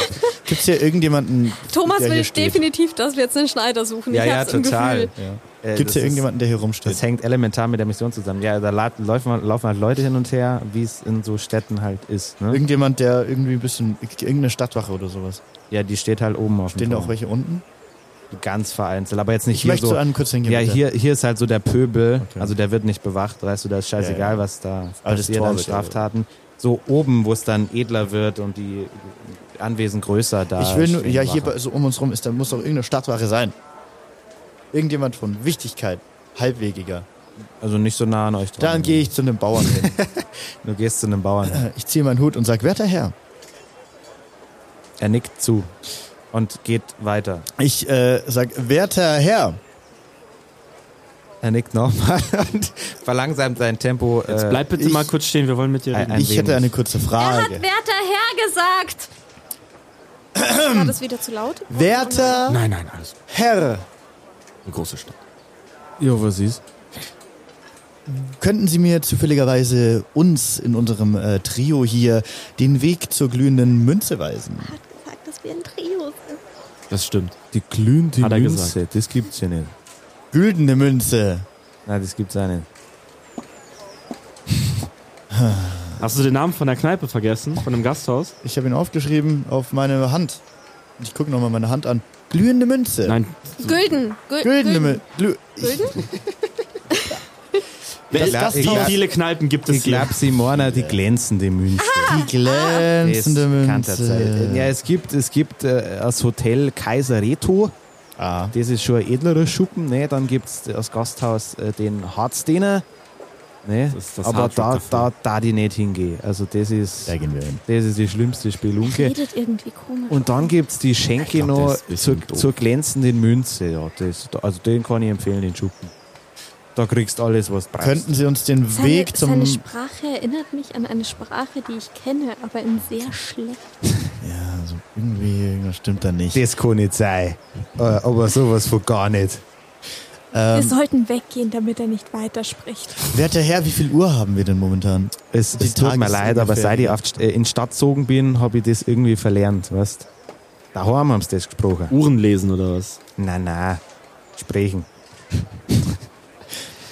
Speaker 4: Gibt's hier irgendjemanden?
Speaker 5: Thomas
Speaker 4: der
Speaker 5: will
Speaker 4: hier steht?
Speaker 5: definitiv, dass wir jetzt einen Schneider suchen.
Speaker 2: Ja,
Speaker 5: ich
Speaker 2: ja,
Speaker 5: hab's im
Speaker 2: total.
Speaker 5: Gefühl.
Speaker 2: Äh, das
Speaker 4: Gibt's hier
Speaker 2: ist-
Speaker 4: irgendjemanden, der hier
Speaker 2: Das
Speaker 4: rumsteht?
Speaker 2: hängt elementar mit der Mission zusammen. Ja, da la- laufen, laufen halt Leute hin und her, wie es in so Städten halt ist. Ne?
Speaker 4: Irgendjemand, der irgendwie ein bisschen. Irgendeine Stadtwache oder sowas.
Speaker 2: Ja, die steht halt oben auf dem
Speaker 4: Stehen da auch
Speaker 2: Turm.
Speaker 4: welche unten?
Speaker 2: Ganz vereinzelt, aber jetzt nicht
Speaker 4: Ich
Speaker 2: hier
Speaker 4: möchte
Speaker 2: so.
Speaker 4: zu einem kurz hingehen.
Speaker 2: Ja,
Speaker 4: bitte.
Speaker 2: hier, hier ist halt so der Pöbel,
Speaker 4: Okay.
Speaker 2: also der wird nicht bewacht, weißt du, da ist scheißegal,
Speaker 4: Ja, ja.
Speaker 2: was da
Speaker 4: Aber das
Speaker 2: passiert
Speaker 4: Tor
Speaker 2: an
Speaker 4: wird ja-
Speaker 2: Straftaten. So oben, wo es dann edler wird und die Anwesen größer da.
Speaker 4: Ich will nur.
Speaker 2: stehen
Speaker 4: Ja, hier
Speaker 2: Wache.
Speaker 4: bei- so um uns rum ist, da muss doch irgendeine Stadtwache sein. Irgendjemand von Wichtigkeit. Halbwegiger.
Speaker 2: Also nicht so nah an euch dran.
Speaker 4: Dann gehe ich zu einem Bauern
Speaker 2: [LAUGHS]
Speaker 4: hin.
Speaker 2: Du gehst zu einem Bauern.
Speaker 4: Ich ziehe meinen Hut und sage, werter Herr,
Speaker 2: Er nickt zu und geht weiter.
Speaker 4: Ich äh, sag, werter Herr,
Speaker 2: Er nickt nochmal [LAUGHS] und verlangsamt sein Tempo.
Speaker 3: Jetzt
Speaker 2: äh,
Speaker 3: bleib bitte
Speaker 4: ich-
Speaker 3: mal kurz stehen, wir wollen mit dir
Speaker 2: Ei,
Speaker 3: reden.
Speaker 2: ei. Ein
Speaker 4: ich
Speaker 2: wenig.
Speaker 4: hätte eine kurze
Speaker 5: Er hat
Speaker 4: Frage.
Speaker 5: Werther Herr
Speaker 2: [CLEARS THROAT]
Speaker 5: gesagt. War das wieder zu laut?
Speaker 4: Werter
Speaker 3: Nein, nein, alles gut.
Speaker 4: Herr,
Speaker 3: Eine große Stadt.
Speaker 2: Jo, was ist?
Speaker 4: könnten Sie mir zufälligerweise uns in unserem äh, Trio hier den Weg zur glühenden Münze weisen?
Speaker 5: Er hat gesagt, dass wir ein Trio sind.
Speaker 3: Das stimmt.
Speaker 2: Die glühende
Speaker 3: Hat er Münze, gesagt.
Speaker 2: das gibt's ja nicht.
Speaker 4: Güldene Münze.
Speaker 2: Nein, das gibt's ja nicht.
Speaker 3: Hast du den Namen von der Kneipe vergessen? Von dem Gasthaus?
Speaker 4: Ich habe ihn aufgeschrieben auf meine Hand. Ich gucke nochmal meine Hand an. Glühende Münze.
Speaker 3: Nein.
Speaker 5: Gülden. Gül-
Speaker 4: Güldene Münze. Glü
Speaker 5: Gülden?
Speaker 3: Wer-
Speaker 4: das
Speaker 2: Gla-
Speaker 4: Gasthaus-
Speaker 3: wie
Speaker 2: Gla-
Speaker 3: viele Kneipen gibt
Speaker 2: Die
Speaker 3: es hier?
Speaker 2: Glapsimorna, die glänzende Münze.
Speaker 5: Ah.
Speaker 4: die glänzende
Speaker 2: Das kann
Speaker 4: Münze.
Speaker 2: tatsächlich- Ja, es gibt, es gibt äh, das Hotel Kaiser Reto,
Speaker 4: Ah.
Speaker 2: das ist schon ein edlerer Schuppen, ne? dann gibt es das Gasthaus äh, den Hardstener, ne?
Speaker 3: Das ist das
Speaker 2: aber
Speaker 3: Hard Rock
Speaker 2: da,
Speaker 3: Café.
Speaker 2: da, da die nicht hingehe, also das ist,
Speaker 4: Da gehen wir hin.
Speaker 2: das ist die schlimmste Spelunke.
Speaker 5: Redet irgendwie komisch.
Speaker 2: Und dann gibt es die Schenke
Speaker 3: glaub, der
Speaker 2: noch
Speaker 3: ist ein bisschen
Speaker 2: zur,
Speaker 3: doof.
Speaker 2: zur glänzenden Münze, ja, das, da- also den kann ich empfehlen, den Schuppen. Da kriegst alles, was du brauchst.
Speaker 4: Könnten Sie uns den
Speaker 5: seine,
Speaker 4: Weg zum...
Speaker 5: seine Sprache erinnert mich an eine Sprache, die ich kenne, aber in sehr schlecht.
Speaker 4: Ja, also irgendwie irgendwas stimmt da nicht.
Speaker 2: das kann nicht sein, Äh, aber sowas von gar nicht.
Speaker 5: Wir
Speaker 4: Ähm,
Speaker 5: sollten weggehen, damit er nicht weiterspricht.
Speaker 4: werter Herr, wie viel Uhr haben wir denn momentan?
Speaker 2: Es,
Speaker 4: Die
Speaker 2: es tut mir
Speaker 4: Tages-
Speaker 2: leid, aber
Speaker 4: ungefähr.
Speaker 2: seit ich auf, äh, in die Stadt gezogen bin, habe ich das irgendwie verlernt, weißt Daheim haben sie das gesprochen.
Speaker 3: Uhren lesen oder was?
Speaker 2: Na, na, sprechen.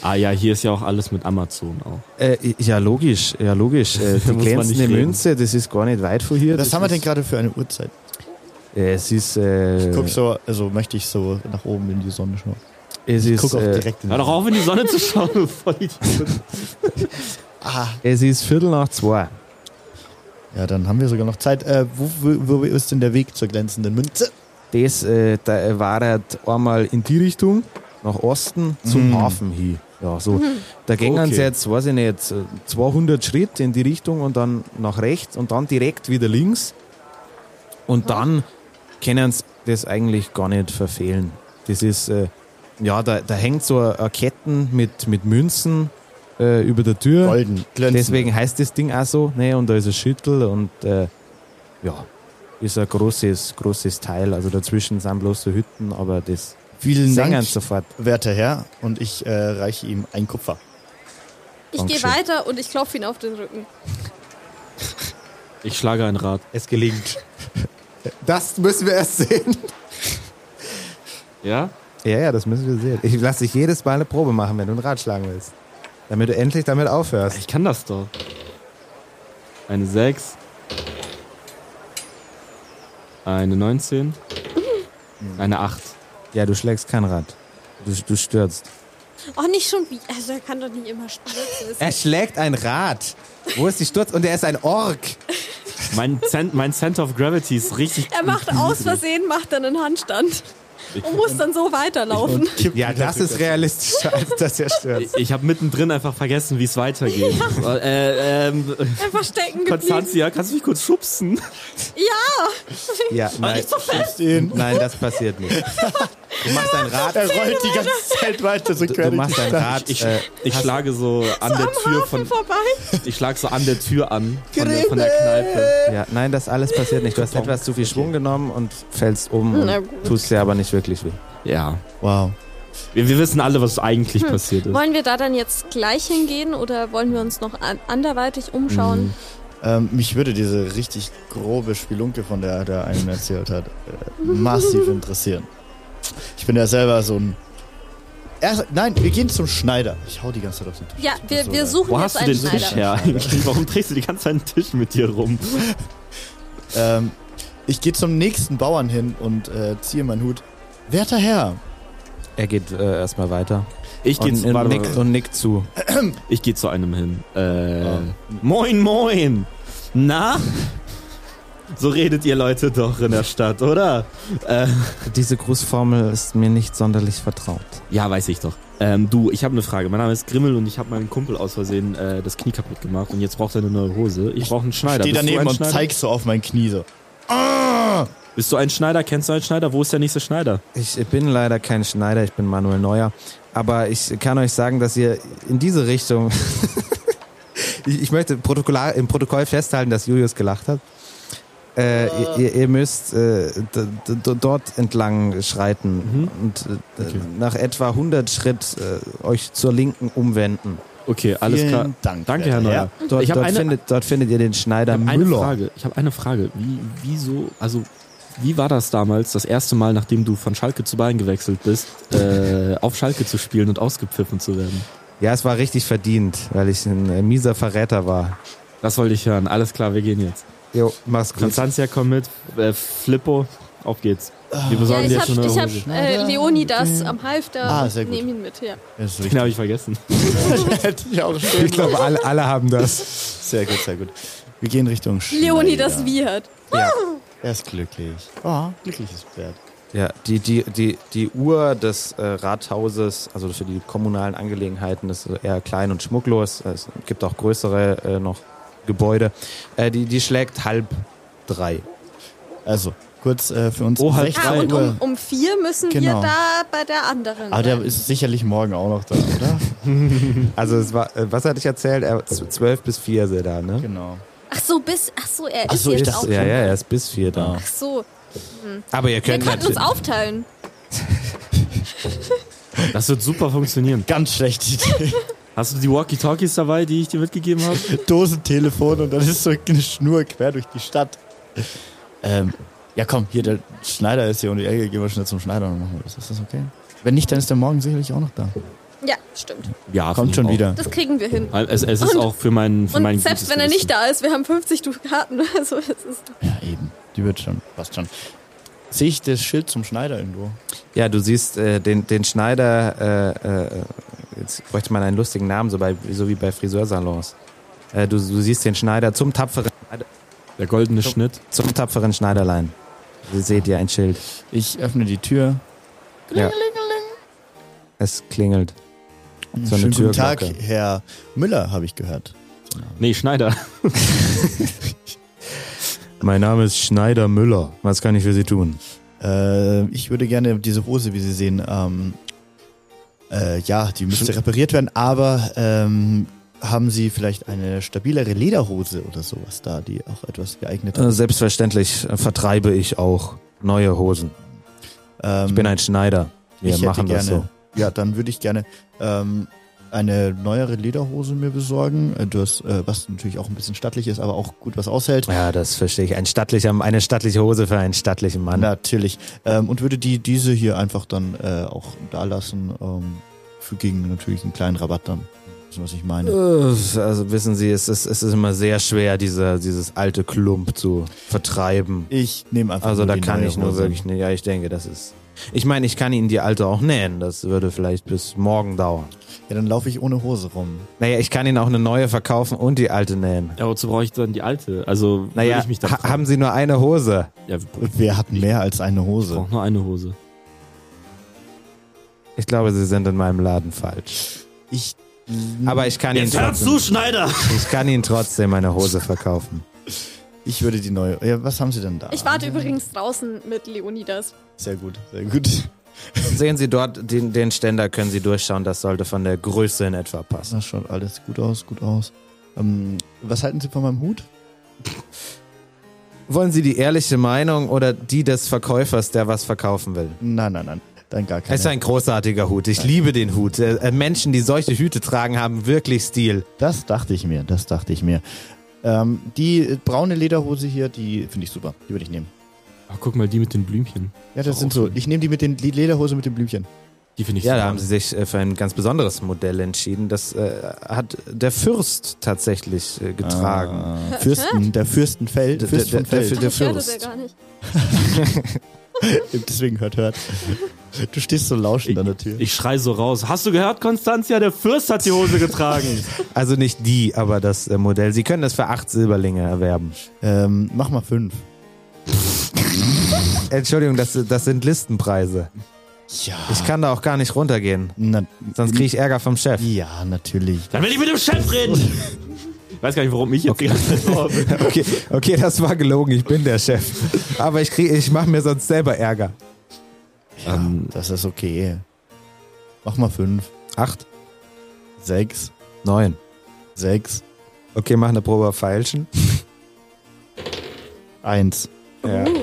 Speaker 3: Ah ja, hier ist ja auch alles mit Amazon auch.
Speaker 2: Äh, ja, logisch, ja,
Speaker 4: [LAUGHS]
Speaker 2: logisch. Äh, die
Speaker 3: Da muss man nicht
Speaker 2: glänzende
Speaker 3: reden.
Speaker 2: Münze, das ist gar nicht weit von hier.
Speaker 4: Was
Speaker 2: Das
Speaker 4: haben wir
Speaker 2: ist-
Speaker 4: denn gerade für eine Uhrzeit?
Speaker 2: Äh, es ist, äh,
Speaker 4: Guck so, also möchte ich so nach oben in die Sonne schauen.
Speaker 2: es
Speaker 4: Ich
Speaker 2: ist,
Speaker 4: guck auch
Speaker 2: äh,
Speaker 4: direkt in die
Speaker 3: Hör doch
Speaker 4: Sonne.
Speaker 3: auf, in die Sonne zu schauen, [LAUGHS] du Vollidiot.
Speaker 4: Ah,
Speaker 2: es ist Viertel nach zwei.
Speaker 4: ja, dann haben wir sogar noch Zeit. Äh, wo, wo, wo ist denn der Weg zur glänzenden Münze?
Speaker 2: Das äh, da war halt einmal in die Richtung, nach Osten, zum
Speaker 4: Mhm.
Speaker 2: Hafen hin. Ja, so. Da gingen
Speaker 3: Okay.
Speaker 2: sie jetzt, weiß ich nicht, äh, 200 Schritt in die Richtung und dann nach rechts und dann direkt wieder links. Und dann können sie das eigentlich gar nicht verfehlen. Das ist, äh, ja, da, da hängt so eine Ketten mit, mit Münzen äh, über der Tür.
Speaker 4: Golden, glänzend.
Speaker 2: Deswegen heißt das Ding auch so. Ne? Und da ist ein Schüttel und äh, ja, ist ein großes, großes Teil. Also dazwischen sind bloß so Hütten, aber das
Speaker 4: Vielen
Speaker 2: sängern
Speaker 4: Dank,
Speaker 2: sofort.
Speaker 4: werter Herr. Und ich äh, reiche ihm ein Kupfer.
Speaker 5: Ich gehe
Speaker 2: Dankeschön.
Speaker 5: weiter und ich klopfe ihn auf den Rücken.
Speaker 3: Ich schlage ein Rad.
Speaker 6: Es gelingt. Das müssen wir erst sehen.
Speaker 3: Ja?
Speaker 2: Ja, ja, das müssen wir sehen. Ich lasse dich jedes Mal eine Probe machen, wenn du ein Rad schlagen willst. Damit du endlich damit aufhörst.
Speaker 3: Ich kann das doch. Eine 6. Eine 19. Eine 8.
Speaker 2: Ja, du schlägst kein Rad. Du, du stürzt.
Speaker 5: Oh, nicht schon wie. Also, er kann doch nicht immer stürzen.
Speaker 2: Er schlägt ein Rad. Wo ist die Sturz? Und er ist ein Ork.
Speaker 3: Mein, Cent, mein Center of Gravity ist richtig.
Speaker 5: Er macht aus Versehen, macht dann einen Handstand und muss dann so weiterlaufen.
Speaker 2: Ja, das ist realistischer, als [LAUGHS] dass er stürzt.
Speaker 3: Ich habe mittendrin einfach vergessen, wie es weitergeht. Äh, ähm,
Speaker 5: Einfach stecken geblieben.
Speaker 3: Konstanzia, kannst du mich kurz schubsen?
Speaker 5: Ja!
Speaker 2: Ja, nein, nein, das passiert nicht. Du machst ein Rad.
Speaker 4: [LAUGHS] Er rollt die ganze Zeit weiter. So
Speaker 2: Du machst ein Rad.
Speaker 3: Ich,
Speaker 2: äh,
Speaker 3: ich schlage so an der Tür von.
Speaker 5: vorbei.
Speaker 3: Ich schlag so an der Tür an. Von der, von der Kneipe.
Speaker 2: äh, ja, nein, das alles passiert nicht. Du hast etwas zu viel Schwung genommen und fällst um
Speaker 5: Na
Speaker 2: und
Speaker 5: gut.
Speaker 2: tust dir aber nicht wirklich weh.
Speaker 3: Ja.
Speaker 4: Wow.
Speaker 3: Wir, wir wissen alle, was eigentlich [LAUGHS] passiert ist.
Speaker 5: Hm. Wollen wir da dann jetzt gleich hingehen oder wollen wir uns noch an anderweitig umschauen?
Speaker 3: Mhm.
Speaker 4: Ähm, mich würde diese richtig grobe Spielunke, von der der einen erzählt hat, äh, massiv interessieren. Ich bin ja selber so ein. Er, nein, wir gehen zum Schneider. Ich hau die ganze Zeit auf den Tisch.
Speaker 5: Ja, wir,
Speaker 4: So,
Speaker 5: wir
Speaker 4: ja.
Speaker 5: suchen
Speaker 3: Wo
Speaker 5: jetzt
Speaker 3: hast du
Speaker 5: einen
Speaker 3: den
Speaker 5: Schneider.
Speaker 3: Tisch her eigentlich? Warum drehst du die ganze Zeit einen Tisch mit dir rum?
Speaker 4: Ähm, ich gehe zum nächsten Bauern hin und äh, ziehe meinen Hut. Werter Herr,
Speaker 2: Er geht äh, erstmal weiter
Speaker 3: Ich gehe
Speaker 2: und,
Speaker 3: zu,
Speaker 2: und,
Speaker 3: warte,
Speaker 2: nickt, und nickt zu.
Speaker 3: ich geh zu einem hin. Äh,
Speaker 2: Ah.
Speaker 3: Moin, moin! Na? So redet ihr Leute doch in der Stadt, oder? Äh,
Speaker 2: Diese Grußformel ist mir nicht sonderlich vertraut.
Speaker 3: ja, weiß ich doch. Ähm, du, ich habe eine Frage. Mein Name ist Grimmel und ich habe meinen Kumpel aus Versehen äh, das Knie kaputt gemacht und jetzt braucht er eine neue Hose. Ich brauche einen Schneider.
Speaker 4: steh
Speaker 3: Bist du ein
Speaker 4: daneben und
Speaker 3: Schneider?
Speaker 4: zeig so auf mein Knie so.
Speaker 3: Bist du ein Schneider? Kennst du einen Schneider? Wo ist der nächste Schneider?
Speaker 2: Ich bin leider kein Schneider, ich bin Manuel Neuer. Aber ich kann euch sagen, dass ihr in diese Richtung. [LAUGHS] ich, ich möchte protokollar, im Protokoll festhalten, dass Julius gelacht hat. Äh,
Speaker 3: Ah.
Speaker 2: ihr- ihr, ihr müsst äh, d- d- d- dort entlang
Speaker 3: Mhm.
Speaker 2: schreiten und äh, d- nach etwa 100 Schritt äh, euch zur Linken umwenden.
Speaker 3: Okay, alles
Speaker 4: Vielen
Speaker 3: klar.
Speaker 4: Dank.
Speaker 3: Danke,
Speaker 4: werter
Speaker 3: Herr Neuer.
Speaker 2: Dort,
Speaker 3: Ich hab
Speaker 2: dort,
Speaker 3: eine-
Speaker 2: findet, dort findet ihr den Schneider
Speaker 3: Ich habe eine
Speaker 2: Müller.
Speaker 3: Frage. Ich habe eine Frage. Wie, wieso, also, wie war das damals, das erste Mal, nachdem du von Schalke zu Bayern gewechselt bist, [LAUGHS] äh, auf Schalke zu spielen und ausgepfiffen zu werden?
Speaker 2: Ja, es war richtig verdient, weil ich ein äh, mieser Verräter war.
Speaker 3: Das wollte ich hören. Alles klar, wir gehen jetzt.
Speaker 2: Jo, mach's gut.
Speaker 3: Konstanzia, komm mit. Äh, Flippo, auf geht's. Wir
Speaker 5: Ja,
Speaker 3: besorgen
Speaker 5: ich
Speaker 3: dir
Speaker 5: hab,
Speaker 3: jetzt schon eine
Speaker 5: ich hab
Speaker 3: Hose.
Speaker 5: äh, Leonidas am Halfter.
Speaker 4: Ah,
Speaker 5: Ah,
Speaker 4: sehr gut.
Speaker 5: Nehm ihn mit, ja.
Speaker 4: Das ist
Speaker 3: [LAUGHS] Den
Speaker 4: richtig.
Speaker 3: habe ich vergessen.
Speaker 4: [LAUGHS] Hätte ich
Speaker 3: [LAUGHS]
Speaker 4: auch stehen.
Speaker 2: Ich glaube, alle, alle haben das.
Speaker 4: Sehr gut, sehr gut. Wir gehen Richtung Schneider.
Speaker 5: Leonidas Wiehert.
Speaker 4: Er ist glücklich. Oh, glückliches Pferd.
Speaker 2: Ja, die, die, die, die Uhr des äh, Rathauses, also für die kommunalen Angelegenheiten, ist eher klein und schmucklos. Es gibt auch größere äh, noch Gebäude. Äh, die, die schlägt halb drei.
Speaker 4: Also, kurz äh, für uns.
Speaker 3: Oh, halb
Speaker 4: 16
Speaker 5: Ah, und
Speaker 4: Uhr.
Speaker 5: um, um vier müssen
Speaker 4: Genau.
Speaker 5: wir da bei der anderen.
Speaker 4: Aber der
Speaker 5: sein.
Speaker 4: ist sicherlich morgen auch noch da, oder?
Speaker 2: Also es war, äh, was hatte ich erzählt? Er, z- zwölf bis vier ist er da, ne?
Speaker 4: genau.
Speaker 5: ach so, bis. Ach so, er
Speaker 4: Ach
Speaker 5: ist
Speaker 4: so, ich
Speaker 5: jetzt
Speaker 4: dachte-
Speaker 5: auch.
Speaker 2: Ist, ja, ja, er ist bis vier da.
Speaker 5: Ach so.
Speaker 2: Aber ihr
Speaker 5: Wir
Speaker 2: könnt
Speaker 5: könnten uns
Speaker 2: natürlich.
Speaker 5: aufteilen.
Speaker 3: [LAUGHS] Das wird super funktionieren.
Speaker 4: Ganz schlechte Idee.
Speaker 3: Hast du die Walkie-Talkies dabei, die ich dir mitgegeben habe?
Speaker 4: Dosentelefon und dann ist so eine Schnur quer durch die Stadt. Ähm, ja, komm, hier, der Schneider ist hier um die Ecke. Gehen wir schnell zum Schneider und machen wir das. Ist das okay? Wenn nicht, dann ist der morgen sicherlich auch noch da.
Speaker 5: Ja, stimmt.
Speaker 3: Ja,
Speaker 4: Kommt schon
Speaker 3: auch.
Speaker 4: wieder.
Speaker 5: Das kriegen wir hin.
Speaker 3: Es, es ist
Speaker 5: Und-
Speaker 3: auch für meinen für Also, mein
Speaker 5: Und selbst
Speaker 3: gutes
Speaker 5: wenn er
Speaker 3: Gewissen.
Speaker 5: nicht da ist, wir haben 50 Dukaten. [LAUGHS] Also, es ist.
Speaker 4: Ja, eben. Die wird schon. Passt schon. Sehe ich das Schild zum Schneider irgendwo?
Speaker 2: Ja, du siehst äh, den, den Schneider, äh, äh, jetzt bräuchte man einen lustigen Namen, so, bei, so wie bei Friseursalons. Äh, du, du siehst den Schneider zum tapferen
Speaker 3: Der goldene Schnitt.
Speaker 2: Zum tapferen Schneiderlein. Sie seht ihr ein Schild.
Speaker 4: Ich öffne die Tür.
Speaker 2: Ja. Es klingelt. So eine
Speaker 4: Mhm. Schönen guten Tag,
Speaker 2: Türglocke.
Speaker 4: Herr Müller, habe ich gehört.
Speaker 3: Nee, Schneider.
Speaker 2: Mein Name ist Schneider Müller. Was kann ich für Sie tun?
Speaker 4: Äh, ich würde gerne diese Hose, wie Sie sehen, ähm, äh, Äh, ja, die müsste repariert werden, aber ähm, haben Sie vielleicht eine stabilere Lederhose oder sowas da, die auch etwas geeignet
Speaker 2: Äh,
Speaker 4: ist?
Speaker 2: Selbstverständlich äh, vertreibe ich auch neue Hosen.
Speaker 4: Ähm,
Speaker 2: Äh, Ich bin ein Schneider. Wir
Speaker 4: ich hätte
Speaker 2: machen das
Speaker 4: gerne,
Speaker 2: so.
Speaker 4: Ja, dann würde ich gerne ähm, eine neuere Lederhose mir besorgen, äh, das, äh, was natürlich auch ein bisschen stattlich ist, aber auch gut was aushält.
Speaker 2: Ja, das verstehe ich. Ein stattlicher, eine stattliche Hose für einen stattlichen Mann.
Speaker 4: Natürlich. Ähm, und würde die diese hier einfach dann äh, auch da lassen, ähm, für gegen natürlich einen kleinen Rabatt dann. Das ist, was ich meine.
Speaker 2: Äh, Also wissen Sie, es ist, es ist immer sehr schwer, dieser, dieses alte Klump zu vertreiben.
Speaker 4: Ich nehme einfach
Speaker 2: Also
Speaker 4: nur
Speaker 2: da
Speaker 4: die
Speaker 2: kann
Speaker 4: neue
Speaker 2: ich nur
Speaker 4: Hose.
Speaker 2: wirklich nicht. Ja, ich denke, das ist. Ich meine, ich kann Ihnen die alte auch nähen. Das würde vielleicht bis morgen dauern.
Speaker 4: Ja, dann laufe ich ohne Hose rum.
Speaker 2: Naja, ich kann Ihnen auch eine neue verkaufen und die alte nähen.
Speaker 3: Ja, wozu brauche ich dann die alte? Also, würde
Speaker 2: Naja,
Speaker 3: ich mich dann
Speaker 2: ha
Speaker 3: fragen.
Speaker 2: haben Sie nur eine Hose?
Speaker 3: Ja, wir brauchen-
Speaker 4: Wer hat mehr als eine
Speaker 3: ich
Speaker 4: Hose?
Speaker 2: Oh.
Speaker 3: brauche nur eine Hose.
Speaker 2: Ich glaube, Sie sind in meinem Laden falsch.
Speaker 4: Ich.
Speaker 2: Aber ich kann, Ihnen trotzdem,
Speaker 3: du, Schneider!
Speaker 2: ich kann Ihnen trotzdem eine Hose verkaufen.
Speaker 4: Ich würde die neue. Ja, was haben Sie denn da?
Speaker 3: Ah,
Speaker 5: Ich warte übrigens draußen mit Leonidas.
Speaker 4: Sehr gut, sehr gut.
Speaker 2: Sehen Sie dort den, den Ständer, können Sie durchschauen. Das sollte von der Größe in etwa passen.
Speaker 4: Das schaut alles gut aus, gut aus. Ähm, was halten Sie von meinem Hut?
Speaker 2: Wollen Sie die ehrliche Meinung oder die des Verkäufers, der was verkaufen will?
Speaker 4: Nein, nein, nein. Dann gar
Speaker 2: Es ist
Speaker 4: keine.
Speaker 2: ein großartiger Hut. Ich liebe den Hut. Äh, äh, Menschen, die solche Hüte tragen, haben wirklich Stil.
Speaker 4: Das dachte ich mir, das dachte ich mir. Ähm, die braune Lederhose hier, die finde ich super. Die würde ich nehmen.
Speaker 3: Ach, guck mal, die mit den Blümchen.
Speaker 4: Ja, das
Speaker 3: Auch
Speaker 4: sind so.
Speaker 3: schön.
Speaker 4: Ich nehme die mit den die Lederhose mit den Blümchen.
Speaker 3: Die finde ich
Speaker 2: Ja,
Speaker 3: super.
Speaker 2: da haben sie sich äh, für ein ganz besonderes Modell entschieden. Das äh, hat der Fürst tatsächlich äh, getragen.
Speaker 4: Ah, Fürsten, der Fürstenfeld.
Speaker 2: Der-
Speaker 4: Fürst
Speaker 2: der- der-
Speaker 4: von Feld.
Speaker 2: der- der-
Speaker 5: Ich höre das ja
Speaker 2: Fürst.
Speaker 5: gar nicht.
Speaker 4: Deswegen
Speaker 2: [LAUGHS]
Speaker 4: hört, hört. Du stehst so lauschend an der Tür.
Speaker 3: Ich schrei so raus. Hast du gehört, Konstanzia? Der Fürst hat die Hose getragen.
Speaker 2: Also nicht die, aber das äh, Modell. Sie können das für acht Silberlinge erwerben.
Speaker 4: Ähm, mach mal fünf.
Speaker 2: Entschuldigung, das, das sind Listenpreise.
Speaker 4: Ja.
Speaker 2: Ich kann da auch gar nicht runtergehen.
Speaker 4: Na,
Speaker 2: Sonst kriege ich Ärger vom Chef.
Speaker 4: ja, natürlich.
Speaker 3: [LAUGHS] Dann will ich mit dem Chef reden. Ich weiß gar nicht, warum ich jetzt die ganze Zeit drauf bin.
Speaker 2: [LAUGHS] Okay, okay, das war gelogen. Ich bin der Chef. Aber ich, krieg- ich mache mir sonst selber Ärger.
Speaker 4: Ja,
Speaker 2: Ähm.
Speaker 4: das ist okay. Mach mal fünf,
Speaker 2: Acht,
Speaker 4: sechs,
Speaker 2: neun.
Speaker 4: sechs,
Speaker 2: Okay, mach eine Probe auf Feilschen.
Speaker 4: eins,
Speaker 2: Ja.
Speaker 5: Uh,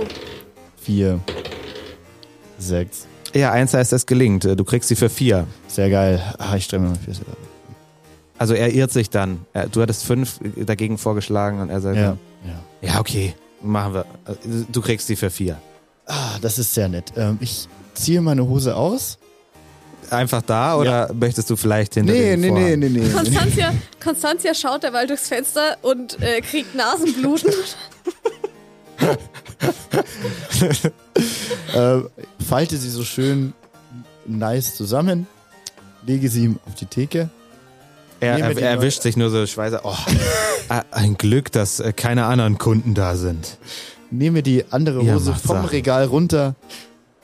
Speaker 4: vier, sechs.
Speaker 2: ja, eins heißt, es gelingt. Du kriegst sie für vier.
Speaker 4: Sehr geil. Ah, ich strebe mir mal vier selber.
Speaker 2: Also er irrt sich dann. Er- Du hattest fünf dagegen vorgeschlagen und er sagt,
Speaker 4: Ja.
Speaker 2: ja,
Speaker 4: ja.
Speaker 2: ja okay, machen wir. Du kriegst sie für vier.
Speaker 4: Ah, das ist sehr nett. Ähm, ich ziehe meine Hose aus.
Speaker 2: Einfach da oder möchtest du vielleicht hinter den Vorhang? [LAUGHS]
Speaker 4: nee, nee.
Speaker 5: Konstantia, Konstantia schaut derweil durchs Fenster und äh, kriegt Nasenbluten.
Speaker 4: äh, falte sie so schön nice zusammen, lege sie ihm auf die Theke.
Speaker 2: Er,
Speaker 4: Nehmen
Speaker 2: er,
Speaker 4: wir die
Speaker 2: er
Speaker 4: Leute.
Speaker 2: erwischt sich nur so Schweiße.
Speaker 4: [LAUGHS]
Speaker 2: Oh, ah, ein Glück, dass äh, keine anderen Kunden da sind.
Speaker 4: nehme die andere
Speaker 2: Ihr
Speaker 4: Hose
Speaker 2: macht
Speaker 4: vom
Speaker 2: Sachen.
Speaker 4: Regal runter,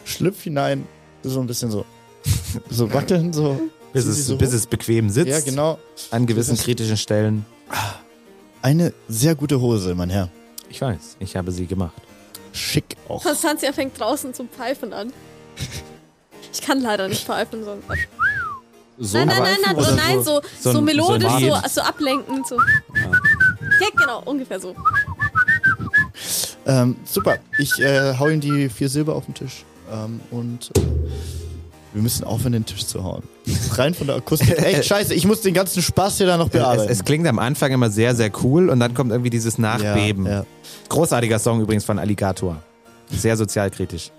Speaker 4: schlüpf hinein, so ein bisschen so,
Speaker 2: [LAUGHS]
Speaker 4: so wackeln, so.
Speaker 2: Bis
Speaker 4: zieh sie
Speaker 2: es,
Speaker 4: so
Speaker 2: bis
Speaker 4: hoch.
Speaker 2: es bequem sitzt.
Speaker 4: ja, genau.
Speaker 2: An gewissen
Speaker 4: Das-
Speaker 2: kritischen Stellen.
Speaker 4: Eine sehr gute Hose, mein Herr.
Speaker 2: Ich weiß, ich habe sie gemacht.
Speaker 4: Schick auch.
Speaker 5: Konstantia fängt draußen zum Pfeifen an. Ich kann leider nicht pfeifen, so.
Speaker 3: So
Speaker 5: Nein, nein, nein,
Speaker 3: weit?
Speaker 5: nein,
Speaker 3: Oder
Speaker 5: so, nein, so,
Speaker 2: so
Speaker 5: so,
Speaker 2: ein- so ein
Speaker 5: melodisch, so,
Speaker 2: Lied.
Speaker 5: so ablenkend, so. Ja, genau, ungefähr so.
Speaker 4: Ähm, super. Ich äh, hau ihm die vier Silber auf den Tisch. Ähm, und äh, wir müssen aufhören, den Tisch zu hauen. Rein von der
Speaker 2: [LAUGHS]
Speaker 4: Akustik. Echt scheiße, ich muss den ganzen Spaß hier da noch
Speaker 2: Es,
Speaker 4: bearbeiten.
Speaker 2: es klingt am Anfang immer sehr, sehr cool und dann kommt irgendwie dieses Nachbeben.
Speaker 4: Ja, ja.
Speaker 2: Großartiger Song übrigens von Alligator. Sehr sozialkritisch.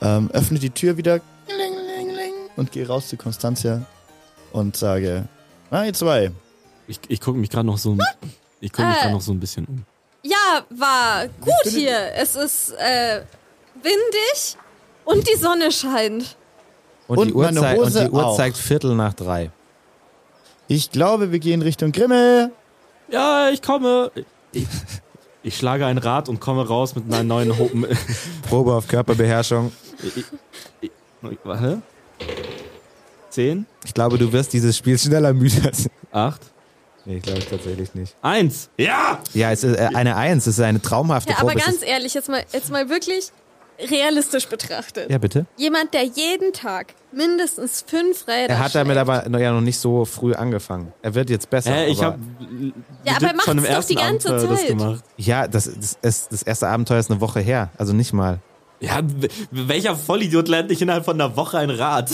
Speaker 4: Ähm, öffne die Tür wieder klingelingeling, und gehe raus zu Konstantia und sage, na, ihr zwei,
Speaker 3: Ich, ich gucke mich gerade noch so ein- ich guck mich
Speaker 5: Äh.
Speaker 3: grad noch so ein bisschen um.
Speaker 5: Ja, war gut hier. Es ist äh, windig und die Sonne scheint.
Speaker 2: Und, die,
Speaker 4: Und
Speaker 2: Uhr
Speaker 4: meine
Speaker 2: zei-
Speaker 4: Hose
Speaker 2: und die Uhr
Speaker 4: auch.
Speaker 2: zeigt Viertel nach drei.
Speaker 4: Ich glaube, wir gehen Richtung Grimmel.
Speaker 3: Ja, ich komme. Ich, ich schlage ein Rad und komme raus mit meinen neuen [LAUGHS] Hopen.
Speaker 2: Probe auf Körperbeherrschung.
Speaker 3: Warte. Zehn,
Speaker 2: Ich glaube, du wirst dieses Spiel schneller müde. als-
Speaker 3: acht,
Speaker 2: nee, ich glaube tatsächlich nicht.
Speaker 3: eins. Ja!
Speaker 2: Ja, es ist äh, eine Eins, es ist eine traumhafte
Speaker 5: Ja,
Speaker 2: Probe.
Speaker 5: aber
Speaker 2: Es ist-
Speaker 5: ganz ehrlich, jetzt mal, jetzt mal wirklich. realistisch betrachtet.
Speaker 2: Ja, bitte.
Speaker 5: Jemand, der jeden Tag mindestens fünf Räder
Speaker 2: Er hat damit
Speaker 5: schleppt.
Speaker 2: aber noch- ja noch nicht so früh angefangen. Er wird jetzt besser.
Speaker 3: Hä, ich
Speaker 2: aber-
Speaker 3: hab
Speaker 5: Ja, aber er macht's
Speaker 3: schon im
Speaker 5: doch die
Speaker 3: ersten
Speaker 5: ganze
Speaker 3: Abenteuer das
Speaker 5: Zeit.
Speaker 3: gemacht.
Speaker 2: ja, das, das, es- das erste Abenteuer ist eine Woche her, also nicht mal.
Speaker 3: Ja, w- welcher Vollidiot lernt nicht innerhalb von einer Woche
Speaker 2: [LAUGHS]
Speaker 3: ein Rad?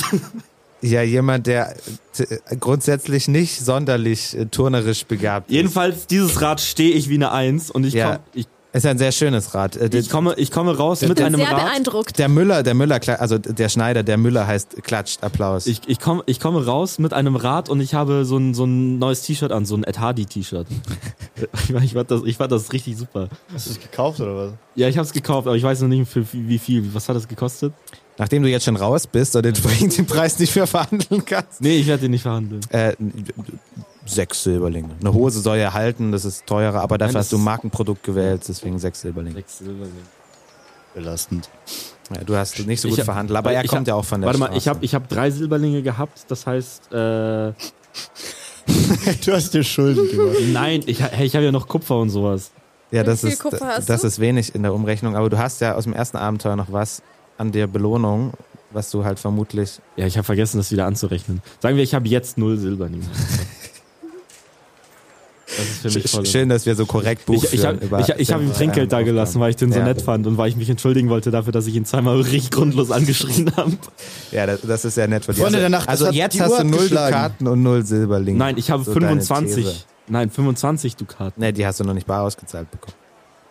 Speaker 2: Ja, jemand, der t- grundsätzlich nicht sonderlich äh, turnerisch begabt ist.
Speaker 3: Jedenfalls, dieses Rad stehe ich wie eine Eins und ich,
Speaker 2: Ja.
Speaker 3: komm, ich,
Speaker 2: Ist ein sehr schönes Rad. Äh, der-
Speaker 3: ich, komme, ich komme raus mit einem
Speaker 5: Sehr
Speaker 3: Rad.
Speaker 5: beeindruckt.
Speaker 2: Der Müller, der Müller, kla- also der Schneider, der Müller heißt klatscht Applaus.
Speaker 3: Ich, ich, komm, ich komme raus mit einem Rad und ich habe so ein, so ein neues T-Shirt an, so ein
Speaker 2: [LAUGHS]
Speaker 3: Ed Hardy-T-Shirt. Ich, ich, fand das- ich fand das richtig super.
Speaker 4: Hast du es gekauft oder was?
Speaker 3: Ja, ich habe es gekauft, aber ich weiß noch nicht, für wie wie viel. Was hat das gekostet?
Speaker 2: Nachdem du jetzt schon raus bist und entsprechend den [LAUGHS] Preis nicht mehr verhandeln kannst.
Speaker 3: Nee, ich werde den nicht verhandeln.
Speaker 2: Äh, sechs Silberlinge. Eine Hose soll ja halten, das ist teurer, aber dafür
Speaker 3: Nein, das-
Speaker 2: hast du ein Markenprodukt gewählt, deswegen sechs Silberlinge.
Speaker 4: Belastend.
Speaker 2: Ja, du hast nicht so
Speaker 3: Ich
Speaker 2: gut
Speaker 3: hab-
Speaker 2: verhandelt, aber er
Speaker 3: ich
Speaker 2: kommt
Speaker 3: hab-
Speaker 2: ja auch von der
Speaker 3: Warte mal,
Speaker 2: Straße.
Speaker 3: ich habe ich hab drei Silberlinge gehabt, das heißt, äh,
Speaker 4: [LAUGHS] Du hast dir Schulden gemacht.
Speaker 3: nein, ich, ha- hey, ich habe ja noch Kupfer und sowas.
Speaker 2: Ja, das
Speaker 5: viel
Speaker 2: ist,
Speaker 5: Kupfer hast
Speaker 2: das
Speaker 5: du?
Speaker 2: ist wenig in der Umrechnung, aber du hast ja aus dem ersten Abenteuer noch was an der Belohnung, was du halt vermutlich.
Speaker 3: Ja, ich habe vergessen, das wieder anzurechnen. Sagen wir, ich habe jetzt null
Speaker 2: [LAUGHS]
Speaker 3: Silberlinge. Das ist für mich
Speaker 2: Sch
Speaker 3: voll.
Speaker 2: schön, dass wir so korrekt
Speaker 3: Ich,
Speaker 2: buchführen.
Speaker 3: ich habe
Speaker 2: über
Speaker 3: ich, ich hab ihm
Speaker 2: Sätze,
Speaker 3: Trinkgeld da
Speaker 2: Aufgaben.
Speaker 3: gelassen, weil ich den so
Speaker 2: Ja.
Speaker 3: nett fand und weil ich mich entschuldigen wollte dafür, dass ich ihn zweimal richtig grundlos angeschrien habe.
Speaker 2: Ja, das, das ist sehr nett von dir.
Speaker 4: Freunde
Speaker 2: Also-
Speaker 4: der Nacht,
Speaker 2: also
Speaker 4: das hat
Speaker 2: jetzt
Speaker 4: die
Speaker 2: hast
Speaker 4: Uhr
Speaker 2: du null
Speaker 4: abgeschlagen.
Speaker 2: Dukaten und null Silberlinge.
Speaker 3: Nein, ich habe
Speaker 2: So deine
Speaker 3: 25.
Speaker 2: These.
Speaker 3: Nein, 25 Dukaten.
Speaker 2: Nee, die hast du noch nicht bar ausgezahlt bekommen.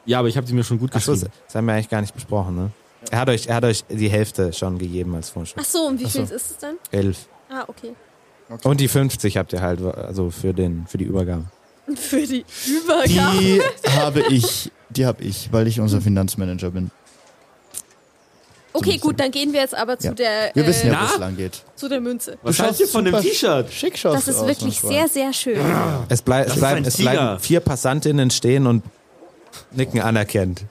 Speaker 3: Ja, aber ich habe die mir schon gut
Speaker 2: Ach so, das
Speaker 3: geschrieben.
Speaker 2: das haben wir eigentlich gar nicht besprochen, ne? Er hat euch, er hat euch die Hälfte schon gegeben als
Speaker 5: Ach
Speaker 2: Vorschuss.
Speaker 5: so, und wie
Speaker 4: Ach so.
Speaker 5: viel ist es dann?
Speaker 2: Elf.
Speaker 5: Ah, okay. [LAUGHS]
Speaker 2: Und die 50 habt ihr halt, also für den, für die Übergabe.
Speaker 5: Für die [LAUGHS] Übergabe.
Speaker 4: Die habe ich. Die habe ich, weil ich unser Finanzmanager bin.
Speaker 5: Okay, gut, dann gehen wir jetzt aber zu
Speaker 4: Ja.
Speaker 5: der
Speaker 4: Wir wissen
Speaker 5: äh,
Speaker 4: ja, wo es
Speaker 3: na?
Speaker 4: lang geht.
Speaker 5: zu der Münze.
Speaker 3: Was
Speaker 4: Du
Speaker 3: haltet ihr
Speaker 4: schaust
Speaker 3: von dem
Speaker 2: [LAUGHS]
Speaker 4: super-
Speaker 3: T-Shirt?
Speaker 4: Schick schaust
Speaker 5: Das
Speaker 4: du
Speaker 5: ist
Speaker 4: aus
Speaker 5: wirklich
Speaker 4: manchmal.
Speaker 5: sehr,
Speaker 4: [LAUGHS]
Speaker 5: sehr schön.
Speaker 2: Es, blei es,
Speaker 3: ist
Speaker 2: bleiben,
Speaker 3: ein
Speaker 2: es
Speaker 3: Tiger.
Speaker 2: bleiben vier Passantinnen stehen und nicken anerkennt.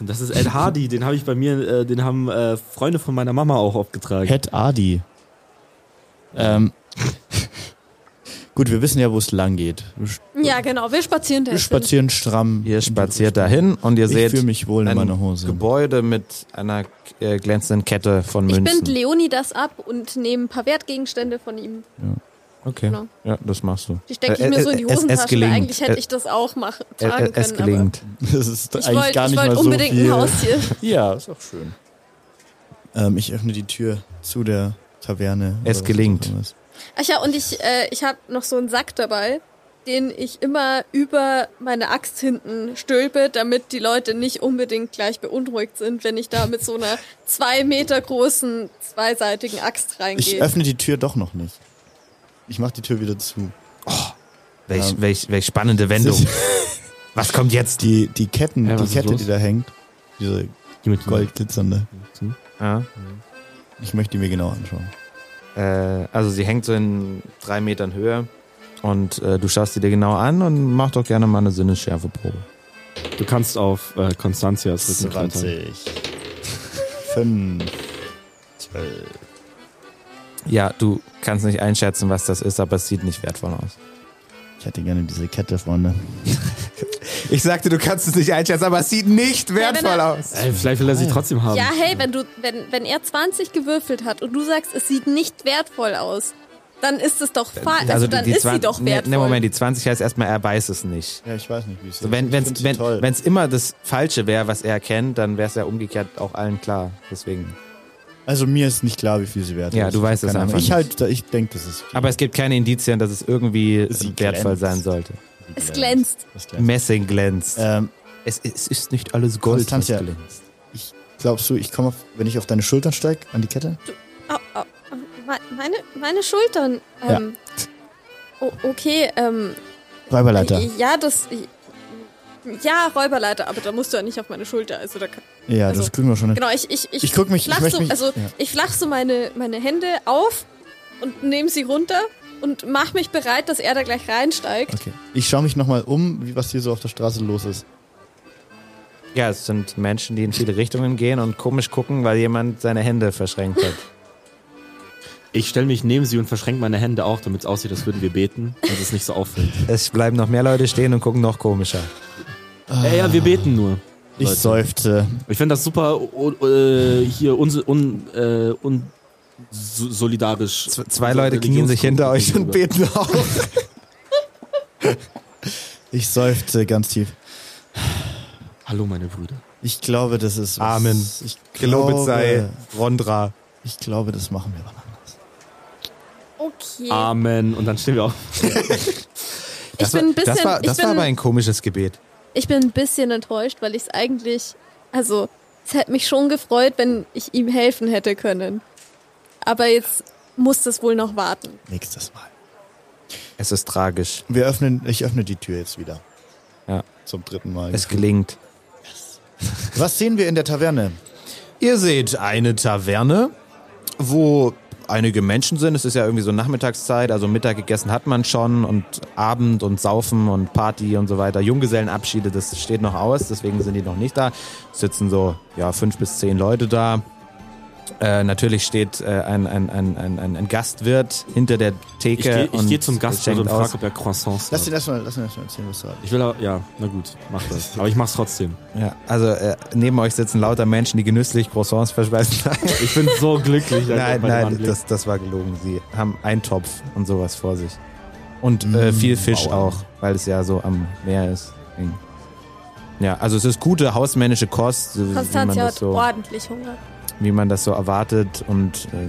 Speaker 3: Das ist Ed Hardy, den habe ich bei mir, äh, den haben äh, Freunde von meiner Mama auch aufgetragen.
Speaker 4: Het Adi. Ähm. [LAUGHS] Gut, wir wissen ja, wo es lang geht. Wir sch-
Speaker 5: Ja, genau. Wir spazieren da
Speaker 4: wir
Speaker 5: jetzt hin.
Speaker 4: spazieren stramm.
Speaker 2: Ihr spaziert dahin und ihr
Speaker 4: Ich
Speaker 2: seht
Speaker 4: fühle mich wohl in
Speaker 2: ein
Speaker 4: meiner Hose.
Speaker 2: Gebäude mit einer äh, glänzenden Kette von
Speaker 5: Ich
Speaker 2: Münzen.
Speaker 5: bind Leonidas ab und nehme ein paar Wertgegenstände von ihm.
Speaker 2: okay,
Speaker 5: Genau.
Speaker 2: ja, das machst du.
Speaker 5: Die stecke ich
Speaker 2: Äh,
Speaker 5: mir so in
Speaker 2: äh,
Speaker 5: die
Speaker 2: es- es
Speaker 5: Hosentasche. weil
Speaker 2: gelingt.
Speaker 5: Eigentlich hätte
Speaker 2: Äh,
Speaker 5: ich das auch machen,
Speaker 2: Äh,
Speaker 5: tragen
Speaker 2: äh, es
Speaker 5: können. Aber
Speaker 2: gelingt.
Speaker 4: Das ist
Speaker 5: ich
Speaker 4: eigentlich
Speaker 5: wollte
Speaker 4: gar nicht
Speaker 5: wollt
Speaker 4: mal so
Speaker 5: unbedingt
Speaker 4: viel.
Speaker 5: ein Haustier.
Speaker 4: Ja, ist auch schön. Ähm, ich öffne die Tür zu der Taverne.
Speaker 2: Es
Speaker 4: Oder was
Speaker 2: gelingt.
Speaker 4: auch immer ist.
Speaker 5: Ach ja, und ich, äh, ich habe noch so einen Sack dabei, den ich immer über meine Axt hinten stülpe, damit die Leute nicht unbedingt gleich beunruhigt sind, wenn ich da mit so einer zwei Meter großen, zweiseitigen Axt
Speaker 4: Ich
Speaker 5: reingehe.
Speaker 4: öffne die Tür doch noch nicht. Ich mache die Tür wieder zu.
Speaker 2: Welch,
Speaker 4: Ähm,
Speaker 2: welch, welch spannende
Speaker 4: [LAUGHS]
Speaker 2: Wendung. Was kommt jetzt?
Speaker 4: Die, die Ketten,
Speaker 3: Ja, was
Speaker 4: die
Speaker 3: ist
Speaker 4: Kette,
Speaker 3: los?
Speaker 4: die da hängt, diese
Speaker 3: Geh mit Gold.
Speaker 4: goldglitzernde,
Speaker 2: Ja.
Speaker 4: ich möchte die mir genau anschauen.
Speaker 2: Äh, also sie hängt so in drei Metern Höhe und äh, du schaust sie dir genau an und mach doch gerne mal eine Sinnesschärfeprobe.
Speaker 3: Du kannst auf äh, Constantias Rücken klettern.
Speaker 4: 20, 5, 12.
Speaker 2: Ja, du kannst nicht einschätzen, was das ist, aber es sieht nicht wertvoll aus.
Speaker 4: Ich hätte gerne diese Kette, Freunde.
Speaker 2: Ich sagte, du kannst es nicht einschätzen, aber es sieht nicht
Speaker 5: wenn er-
Speaker 2: aus.
Speaker 3: Ey, vielleicht will er sie trotzdem haben.
Speaker 5: Äh. Ja, hey, wenn du, wenn, wenn er 20 gewürfelt hat und du sagst, es sieht nicht wertvoll aus, dann ist es doch falsch. Also, dann ist sie
Speaker 2: 20
Speaker 5: doch
Speaker 2: nee,
Speaker 5: wertvoll.
Speaker 2: Nee, Moment, die 20 heißt erstmal, er weiß es nicht.
Speaker 4: Ja, ich weiß nicht, wie es
Speaker 2: So, Also wenn
Speaker 4: Ich
Speaker 2: es
Speaker 4: find's
Speaker 2: wenn,
Speaker 4: toll.
Speaker 2: wenn's immer das Falsche wäre, was er erkennt, dann wäre es ja umgekehrt auch allen klar. Deswegen.
Speaker 4: Also mir ist nicht klar, wie viel sie wert ist.
Speaker 2: Ja, du weißt es
Speaker 4: Keine Ahnung.
Speaker 2: einfach
Speaker 4: Ich halt, ich denke, das ist viel.
Speaker 2: Aber es gibt keine Indizien, dass es irgendwie
Speaker 4: Sie
Speaker 2: wertvoll
Speaker 4: glänzt.
Speaker 2: sein sollte.
Speaker 5: es glänzt.
Speaker 4: Es glänzt.
Speaker 2: Messing glänzt.
Speaker 4: Ähm,
Speaker 2: Es, es ist nicht alles Gold, was
Speaker 4: Konstantia.
Speaker 2: glänzt.
Speaker 4: glaubst du, ich komme, auf- wenn ich auf deine Schultern steige, an die Kette?
Speaker 5: Au, au, au, me- meine, meine Schultern. Ähm, oh, okay, ähm,
Speaker 4: Räuberleiter.
Speaker 5: Ja, das. Ja, Räuberleiter, aber da musst du ja nicht auf meine Schulter. Also da kann,
Speaker 4: Ja,
Speaker 5: also-
Speaker 4: das kriegen wir schon hin.
Speaker 5: genau, ich ich ich,
Speaker 4: Ich guck mich, ich
Speaker 5: flach
Speaker 4: möchte
Speaker 5: so,
Speaker 4: mich,
Speaker 5: also
Speaker 4: ja.
Speaker 5: ich flach so meine meine Hände auf und nehme sie runter und mach mich bereit, dass er da gleich reinsteigt.
Speaker 4: Okay. Ich schaue mich nochmal um, wie was hier so auf der Straße los ist.
Speaker 2: Ja, es sind Menschen, die in viele Richtungen gehen und komisch gucken, weil jemand seine Hände verschränkt hat.
Speaker 3: Ich stelle mich neben sie und verschränke meine Hände auch, damit es aussieht, als würden wir beten und es nicht so auffällt.
Speaker 2: es bleiben noch mehr Leute stehen und gucken noch komischer.
Speaker 3: Ey, ja, Äh, wir beten nur.
Speaker 4: Ich
Speaker 3: Leute.
Speaker 4: seufze.
Speaker 3: Ich finde das super o- o- äh, hier un, un, äh, un so- solidarisch.
Speaker 2: Z- Zwei Leute knien sich hinter euch und beten auf.
Speaker 4: Ich seufze ganz tief.
Speaker 3: Hallo, meine Brüder.
Speaker 4: Ich glaube, das ist. was-
Speaker 2: Amen.
Speaker 4: Ich
Speaker 2: Gelobet sei
Speaker 4: glaube,
Speaker 2: Rondra.
Speaker 4: ich glaube, das machen wir wann anders.
Speaker 5: Okay.
Speaker 3: Amen. Und dann stehen wir auf.
Speaker 5: ich bin ein bisschen,
Speaker 2: das war, das
Speaker 5: ich,
Speaker 2: war
Speaker 5: bin,
Speaker 2: aber ein komisches Gebet.
Speaker 5: ich bin ein bisschen enttäuscht, weil ich es eigentlich, also es hätte mich schon gefreut, wenn ich ihm helfen hätte können. Aber jetzt muss das wohl noch warten.
Speaker 4: Nächstes Mal.
Speaker 2: Es ist tragisch.
Speaker 4: Wir öffnen, ich öffne die Tür jetzt wieder.
Speaker 2: Ja.
Speaker 4: Zum dritten Mal.
Speaker 2: Es gelingt.
Speaker 4: Was sehen wir in der Taverne?
Speaker 2: Ihr seht eine Taverne, wo einige Menschen sind. Es ist ja irgendwie so Nachmittagszeit, also Mittag gegessen hat man schon und Abend und Saufen und Party und so weiter. Junggesellenabschiede, das steht noch aus, deswegen sind die noch nicht da. Es sitzen so, ja, fünf bis zehn Leute da. Äh, natürlich steht äh, ein, ein, ein, ein, ein ein Gastwirt hinter der Theke.
Speaker 3: Ich gehe
Speaker 2: äh,
Speaker 3: ich
Speaker 2: und
Speaker 3: geh zum Gast
Speaker 2: schenkt
Speaker 3: und
Speaker 2: aus.
Speaker 3: frage, ob er Croissants
Speaker 4: Lass ihn
Speaker 3: hat.
Speaker 4: erstmal, lass ihn erstmal erzählen, was er hat.
Speaker 3: Ich will aber, ja, na gut, mach das. Aber ich mach's trotzdem.
Speaker 2: Ja, also äh, neben euch sitzen lauter Menschen, die genüsslich Croissants verspeisen.
Speaker 3: Ich bin so glücklich.
Speaker 2: nein,
Speaker 3: einfach bei dem
Speaker 2: nein,
Speaker 3: Anblick.
Speaker 2: das, das war gelogen. Sie haben einen Topf und sowas vor sich. Und äh, viel Fisch auch, weil es ja so am Meer ist. Ja, also es ist gute hausmännische Kost, so wie man,
Speaker 5: Konstantia
Speaker 2: das
Speaker 5: hat
Speaker 2: so,
Speaker 5: ordentlich Hunger.
Speaker 2: wie man das so erwartet. Und äh,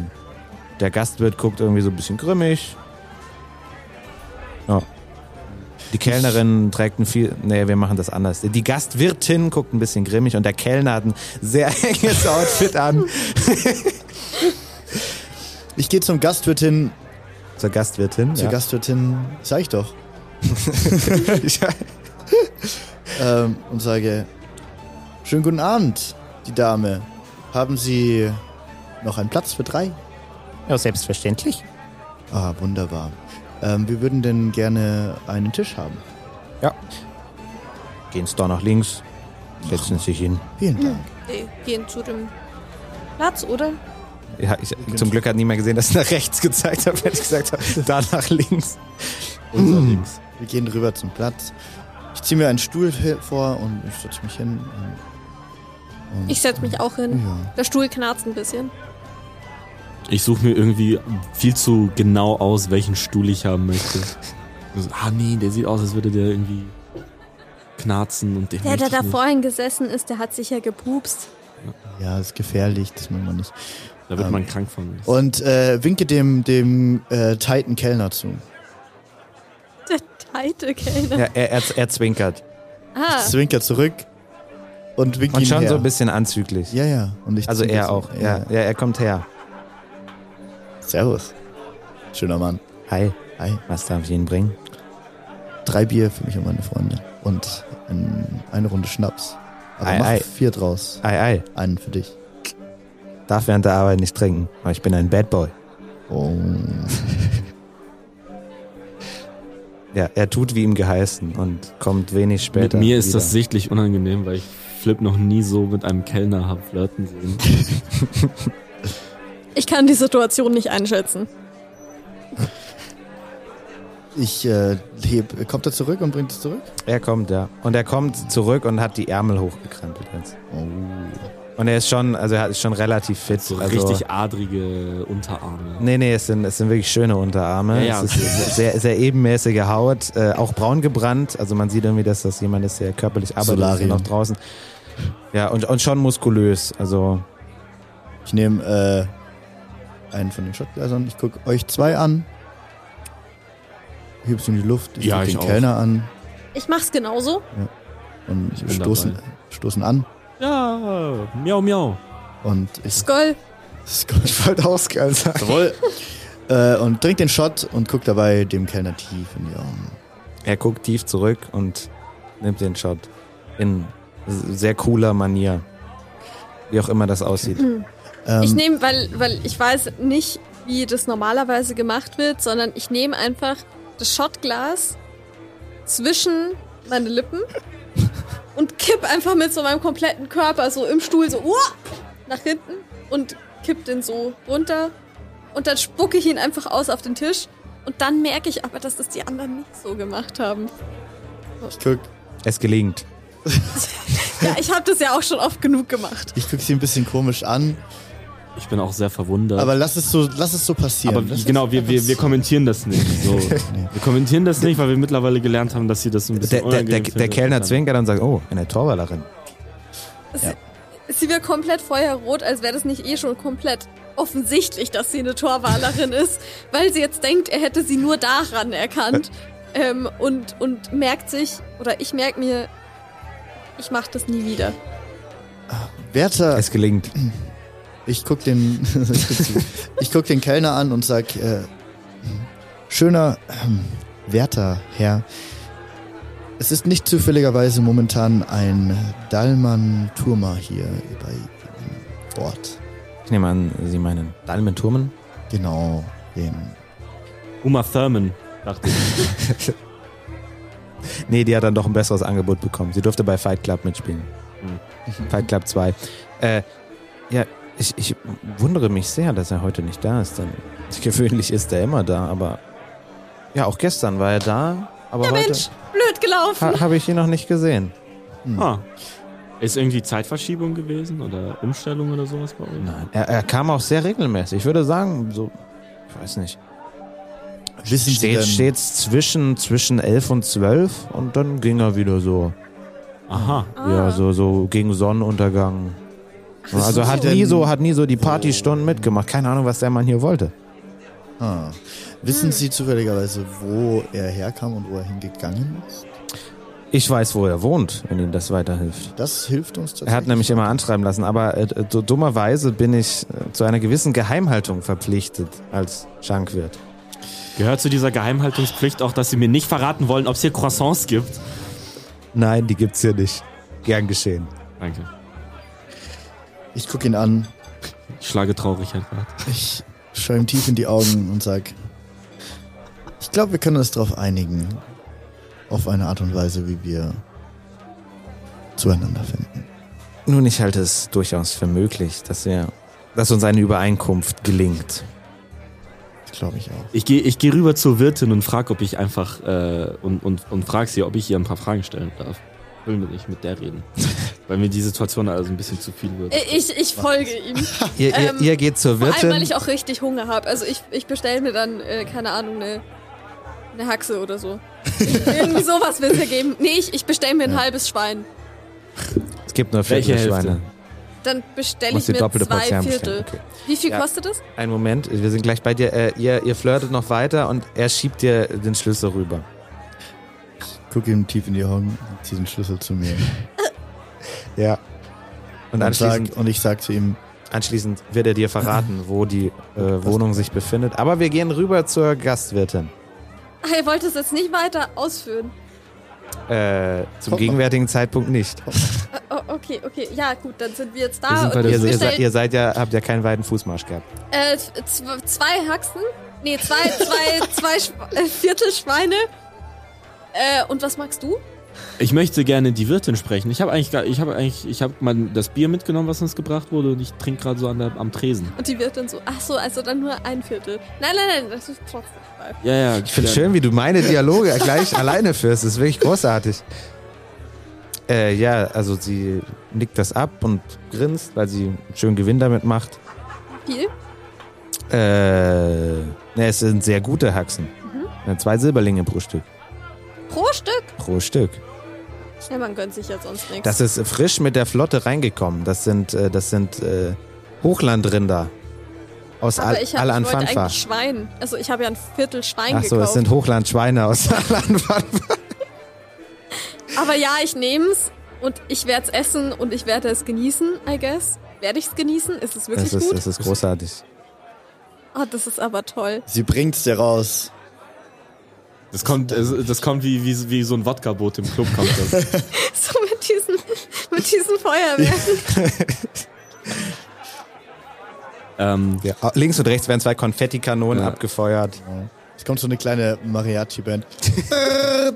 Speaker 2: der Gastwirt guckt irgendwie so ein bisschen grimmig. Ja. Die Kellnerin trägt ein viel. Nee, wir machen das anders. Die Gastwirtin guckt ein bisschen grimmig und der Kellner hat ein sehr [LAUGHS] enges Outfit an.
Speaker 4: Ich gehe zum Gastwirtin.
Speaker 2: Zur Gastwirtin.
Speaker 4: Zur
Speaker 2: ja.
Speaker 4: Gastwirtin, sag
Speaker 2: [LAUGHS]
Speaker 4: ich doch. [LAUGHS] ähm, und sage: Schönen guten Abend, die Dame. Haben Sie noch einen Platz für drei?
Speaker 2: ja, selbstverständlich.
Speaker 4: Ah, wunderbar. Ähm, wir würden denn gerne einen Tisch haben.
Speaker 2: Gehen Store nach links, setzen sich hin.
Speaker 4: Vielen Dank.
Speaker 5: Wir gehen zu dem Platz, oder?
Speaker 2: Ja, ich, zum Glück hat niemand gesehen, dass ich nach rechts gezeigt habe, wenn ich gesagt [LAUGHS] habe, da nach links.
Speaker 3: Unser
Speaker 2: Mhm.
Speaker 3: Dings.
Speaker 4: Wir gehen rüber zum Platz. Ich ziehe mir einen Stuhl he- vor und ich setze mich hin. Und
Speaker 5: Ich setze mich auch hin.
Speaker 4: ja.
Speaker 5: Der Stuhl knarzt ein bisschen.
Speaker 3: Ich suche mir irgendwie viel zu genau aus, welchen Stuhl ich haben möchte. Also, ah nee, der sieht aus, als würde der irgendwie knarzen und den
Speaker 5: Der,
Speaker 3: möchte
Speaker 5: der
Speaker 3: ich
Speaker 5: da
Speaker 3: nicht.
Speaker 5: vorhin gesessen ist, der hat sicher gepupst.
Speaker 4: ja, ist gefährlich, das will man nicht.
Speaker 3: Da wird man
Speaker 4: Ähm,
Speaker 3: krank von.
Speaker 4: Und äh, winke dem, dem äh, Titan Kellner zu.
Speaker 5: Der teite Kellner.
Speaker 2: Ja, er, er, er zwinkert.
Speaker 5: Ah,
Speaker 4: Ich [LAUGHS] zwinker zurück und winke
Speaker 2: Und
Speaker 4: ihm
Speaker 2: schon
Speaker 4: her.
Speaker 2: so ein bisschen anzüglich.
Speaker 4: Ja, ja. Und ich
Speaker 2: Also
Speaker 4: zwinker
Speaker 2: er
Speaker 4: so.
Speaker 2: auch. Ja. ja, er kommt her.
Speaker 4: Servus. Schöner Mann.
Speaker 2: Hi,
Speaker 4: Hi.
Speaker 2: was darf ich Ihnen bringen?
Speaker 4: Drei Bier für mich und meine Freunde. Und ein, eine Runde Schnaps. Aber
Speaker 2: Ei,
Speaker 4: mach
Speaker 2: ei.
Speaker 4: vier draus.
Speaker 2: Ei, ei,
Speaker 4: Einen für dich.
Speaker 2: darf während der Arbeit nicht trinken, weil ich bin ein Bad Boy.
Speaker 4: Oh.
Speaker 2: Ja, er tut wie ihm geheißen und kommt wenig
Speaker 3: Mit
Speaker 2: später.
Speaker 3: mir ist
Speaker 2: wieder.
Speaker 3: das sichtlich unangenehm, weil ich Flip noch nie so mit einem Kellner hab flirten sehen.
Speaker 5: ich kann die Situation nicht einschätzen.
Speaker 4: Ich äh, heb, kommt er zurück und bringt es zurück?
Speaker 2: Er kommt, ja. Und er kommt zurück und hat die Ärmel hochgekrempelt jetzt.
Speaker 4: Oh.
Speaker 2: Und er ist schon, also er ist schon relativ fit.
Speaker 3: So
Speaker 2: also,
Speaker 3: richtig adrige Unterarme.
Speaker 2: Nee, nee, es sind, es sind wirklich schöne Unterarme.
Speaker 3: Ja, ja.
Speaker 2: Es ist sehr, sehr ebenmäßige Haut, äh, auch braun gebrannt. Also man sieht irgendwie, dass das jemand ist, der körperlich arbeitet, ist ja
Speaker 4: Solarium.
Speaker 2: noch draußen. Ja, und, und schon muskulös. Also
Speaker 4: Ich nehme äh, einen von den Shotglasern. Ich gucke euch zwei an. Ich heb's in die Luft. Ich
Speaker 3: Ja,
Speaker 4: guck
Speaker 3: ich
Speaker 4: den
Speaker 3: auch.
Speaker 4: Kellner an.
Speaker 5: Ich mach's genauso.
Speaker 4: Und
Speaker 3: bin
Speaker 4: stoßen, stoßen an.
Speaker 3: Ja, miau, miau.
Speaker 4: Und ich,
Speaker 5: Skoll.
Speaker 4: das ist bald ausgeil sein. Jawohl. äh, und trinkt den Shot und guckt dabei dem Kellner tief in die Augen.
Speaker 2: er guckt tief zurück und nimmt den Shot. In sehr cooler Manier. Wie auch immer das aussieht.
Speaker 4: Ähm,
Speaker 5: Ich nehme, weil, weil ich weiß nicht, wie das normalerweise gemacht wird, sondern ich nehme einfach das Shotglas zwischen meine Lippen und kipp einfach mit so meinem kompletten Körper so im Stuhl so uah, nach hinten und kipp den so runter und dann spucke ich ihn einfach aus auf den Tisch und dann merke ich aber, dass das die anderen nicht so gemacht haben.
Speaker 4: ich guck,
Speaker 2: Es gelingt.
Speaker 5: Ja, ich habe das ja auch schon oft genug gemacht.
Speaker 4: Ich gucke sie ein bisschen komisch an,
Speaker 3: Ich bin auch sehr verwundert.
Speaker 4: aber lass es so, lass es so passieren.
Speaker 3: Aber
Speaker 4: Lass es
Speaker 3: genau, wir, wir,
Speaker 4: einfach
Speaker 3: wir kommentieren das nicht.
Speaker 2: [LAUGHS]
Speaker 3: So. Wir kommentieren das nicht, weil wir mittlerweile gelernt haben, dass sie das ein
Speaker 2: Der,
Speaker 3: bisschen
Speaker 2: der, der,
Speaker 3: unangenehm
Speaker 2: der
Speaker 3: findet.
Speaker 2: Kellner zwinkert und sagt, oh, eine Torwallerin.
Speaker 5: Sie wird komplett feuerrot, als wäre das nicht eh schon komplett offensichtlich, dass sie eine Torwahlerin ist, weil sie jetzt denkt, er hätte sie nur
Speaker 2: [LAUGHS]
Speaker 5: daran erkannt. Ähm, und, und merkt sich, oder ich merke mir, ich mache das nie wieder.
Speaker 4: so- Wärter,
Speaker 2: Es gelingt.
Speaker 4: ich guck den, [LAUGHS] ich guck sie- ich guck den Kellner an und sag, äh, schöner ähm, Wärter, Herr, es ist nicht zufälligerweise momentan ein Dalman Turma hier bei Ihrem Ort.
Speaker 2: Ich nehme an, Sie meinen Dalmen Turmen?
Speaker 4: Genau, dem.
Speaker 3: Uma Thurman, dachte ich.
Speaker 2: Nee, die hat dann doch ein besseres Angebot bekommen. Sie durfte bei Fight Club mitspielen.
Speaker 4: Mhm.
Speaker 2: Fight Club 2. Äh, ja, ich, ich wundere mich sehr, dass er heute nicht da ist. Denn [LAUGHS] gewöhnlich ist er immer da, aber ja, auch gestern war er da, aber
Speaker 5: Ja,
Speaker 2: heute
Speaker 5: Mensch, blöd gelaufen.
Speaker 2: ha, habe ich ihn noch nicht gesehen.
Speaker 3: Ah. Ist irgendwie Zeitverschiebung gewesen oder Umstellung oder sowas bei uns?
Speaker 2: Nein, er, er kam auch sehr regelmäßig. Ich würde sagen, so, ich weiß nicht.
Speaker 4: Wissen Sie
Speaker 2: Steht,
Speaker 4: denn,
Speaker 2: stets zwischen, zwischen elf und zwölf und dann ging er wieder so.
Speaker 3: Aha.
Speaker 5: Ah.
Speaker 2: Ja, so, so gegen Sonnenuntergang. Also
Speaker 4: Sie
Speaker 2: hat
Speaker 4: denn-
Speaker 2: nie so, hat nie so die Partystunden mitgemacht. Keine Ahnung, was der Mann hier wollte.
Speaker 4: ah, wissen Sie zufälligerweise, wo er herkam und wo er hingegangen ist?
Speaker 2: Ich weiß, wo er wohnt, wenn ihm das weiterhilft.
Speaker 4: Das hilft uns tatsächlich.
Speaker 2: Er hat nämlich immer anschreiben lassen, aber äh, äh, so dummerweise bin ich äh, zu einer gewissen Geheimhaltung verpflichtet als Schankwirt.
Speaker 3: Gehört zu dieser Geheimhaltungspflicht auch, dass sie mir nicht verraten wollen, ob es hier Croissants gibt?
Speaker 2: Nein, die gibt's hier nicht. Gern geschehen.
Speaker 3: Danke.
Speaker 4: Ich guck ihn an,
Speaker 3: Ich schlage Traurigkeit grad.
Speaker 4: Ich schaue ihm tief in die Augen und sag, ich glaube, wir können uns darauf einigen. Auf eine Art und Weise, wie wir zueinander finden.
Speaker 2: Nun, ich halte es durchaus für möglich, dass wir, dass uns eine Übereinkunft gelingt.
Speaker 4: Das glaube ich auch.
Speaker 3: Ich gehe ich geh rüber zur Wirtin und frage, ob ich einfach, äh, und, und, und frage sie, ob ich ihr ein paar Fragen stellen darf. Ich will nicht mit der [LAUGHS] reden. Weil mir die Situation also ein bisschen zu viel wird.
Speaker 5: Äh, Ich, ich folge
Speaker 2: [LAUGHS]
Speaker 5: ihm.
Speaker 2: Ihr, ihr,
Speaker 5: Ähm,
Speaker 2: ihr geht zur
Speaker 5: Vor allem, weil
Speaker 2: Wirtin.
Speaker 5: ich auch richtig Hunger habe. Also ich, ich bestelle mir dann, äh, keine Ahnung, eine, eine Haxe oder
Speaker 2: [LAUGHS]
Speaker 5: so. Irgendwie sowas will es ja geben. Nee, ich, ich bestelle mir ein halbes Schwein.
Speaker 2: Es gibt nur
Speaker 3: Welche
Speaker 2: Viertelschweine.
Speaker 5: Dann bestelle ich
Speaker 2: Muss die
Speaker 5: mir
Speaker 2: doppelte
Speaker 5: zwei
Speaker 2: Portion
Speaker 5: Viertel.
Speaker 2: bestellen. Okay.
Speaker 5: Wie viel
Speaker 2: Ja.
Speaker 5: kostet das?
Speaker 2: Einen Moment, wir sind gleich bei dir. Äh, ihr, ihr flirtet noch weiter und er schiebt dir den Schlüssel rüber.
Speaker 4: Guck ihm tief in die Augen und zieh den Schlüssel zu mir.
Speaker 2: Ja. [LAUGHS] Und
Speaker 4: Und,
Speaker 2: anschließend,
Speaker 4: sag, und ich sag zu ihm,
Speaker 2: anschließend wird er dir verraten, wo die äh, Wohnung sich befindet. Aber wir gehen rüber zur Gastwirtin.
Speaker 5: Ah, ihr wollt es jetzt nicht weiter ausführen.
Speaker 2: Äh, zum
Speaker 4: Komm.
Speaker 2: gegenwärtigen Zeitpunkt nicht.
Speaker 5: Ah, Oh, okay, okay. Ja, gut, dann sind wir jetzt da.
Speaker 3: Wir sind bei
Speaker 2: Oh,
Speaker 5: und
Speaker 3: der
Speaker 2: Ihr,
Speaker 5: ich
Speaker 3: Suppe.
Speaker 2: ihr, seid,
Speaker 5: bestell,
Speaker 2: ihr seid ja, habt ja keinen weiten Fußmarsch gehabt.
Speaker 5: äh, zw- zwei Haxen. Nee, zwei,
Speaker 2: [LAUGHS]
Speaker 5: zwei, zwei Schw- äh, Viertelschweine. Äh, und was magst du?
Speaker 3: Ich möchte gerne die Wirtin sprechen. Ich habe eigentlich, gar- ich habe eigentlich, ich habe mal das Bier mitgenommen, was uns gebracht wurde, und ich trinke gerade so an der, am Tresen.
Speaker 5: Und die wird dann so, ach so, also dann nur ein Viertel. Nein, nein, nein, das ist trotzdem frei.
Speaker 3: Ja, ja.
Speaker 2: Ich finde schön, wie du meine Dialoge [LAUGHS] gleich alleine führst. Das ist wirklich großartig. Äh, ja, also sie nickt das ab und grinst, weil sie einen schönen Gewinn damit macht.
Speaker 5: Viel?
Speaker 2: Äh, ne, es sind sehr gute Haxen. Ja, Zwei Silberlinge pro Stück.
Speaker 5: Pro Stück?
Speaker 2: Pro Stück.
Speaker 5: Ja, man gönnt sich ja sonst nichts.
Speaker 2: Das ist frisch mit der Flotte reingekommen. Das sind, äh, das sind äh, Hochlandrinder aus
Speaker 5: Aber
Speaker 2: Al
Speaker 5: ich, hab,
Speaker 2: Al
Speaker 5: ich wollte
Speaker 2: Anfanfa.
Speaker 5: eigentlich Schwein. Also ich habe ja ein Viertel Schwein
Speaker 2: Ach so,
Speaker 5: gekauft.
Speaker 2: es sind Hochlandschweine aus Al Anfanfa.
Speaker 5: Aber ja, ich nehm's und ich werde es essen und ich werde es genießen, I guess. Werde ich's genießen? Ist es wirklich
Speaker 2: Das ist,
Speaker 5: gut?
Speaker 2: das ist großartig.
Speaker 5: oh, das ist aber toll.
Speaker 4: sie bringt's dir raus.
Speaker 3: Das kommt, äh, das kommt wie, wie, wie so ein Wodka-Boot im Club kommt [LAUGHS] das.
Speaker 5: So mit diesen, mit diesen Feuerwerken.
Speaker 3: ähm,
Speaker 2: Ja, links und rechts werden zwei Konfettikanonen abgefeuert.
Speaker 4: Es kommt so eine kleine
Speaker 2: [LAUGHS]
Speaker 4: Mariachi-Band.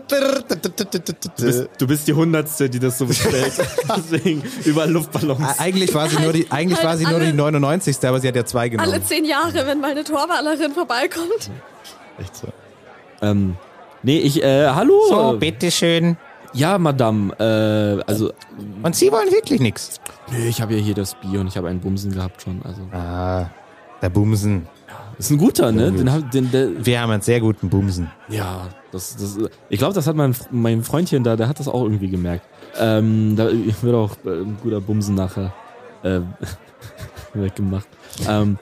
Speaker 3: du, bist, du bist die Hundertste, die das so [LAUGHS] bestellt. Deswegen überall Luftballons.
Speaker 2: Ä- Eigentlich war sie nur die, eigentlich
Speaker 5: Halt
Speaker 2: war sie nur
Speaker 5: alle-
Speaker 2: die 99. Aber sie hat ja zwei genommen.
Speaker 5: Alle zehn Jahre, wenn mal eine Torwallerin vorbeikommt.
Speaker 4: Echt so.
Speaker 3: ah. Ähm, nee, ich, äh, hallo.
Speaker 2: bitteschön.
Speaker 3: Ja, Madame, äh, also,
Speaker 2: Und sie wollen wirklich nichts.
Speaker 3: nö, ich habe ja hier das Bier und ich habe einen Bumsen gehabt schon. Also,
Speaker 2: Ah, der Bumsen.
Speaker 3: ist ein guter, ne? Den, hab- den, der,
Speaker 2: Wir haben einen sehr guten Bumsen.
Speaker 3: Ja, das, das, ich glaube, das hat mein, mein Freundchen da, der hat das auch irgendwie gemerkt. Ähm, da wird auch äh, ein guter Bumsen nachher äh, [LAUGHS] weggemacht. Ähm,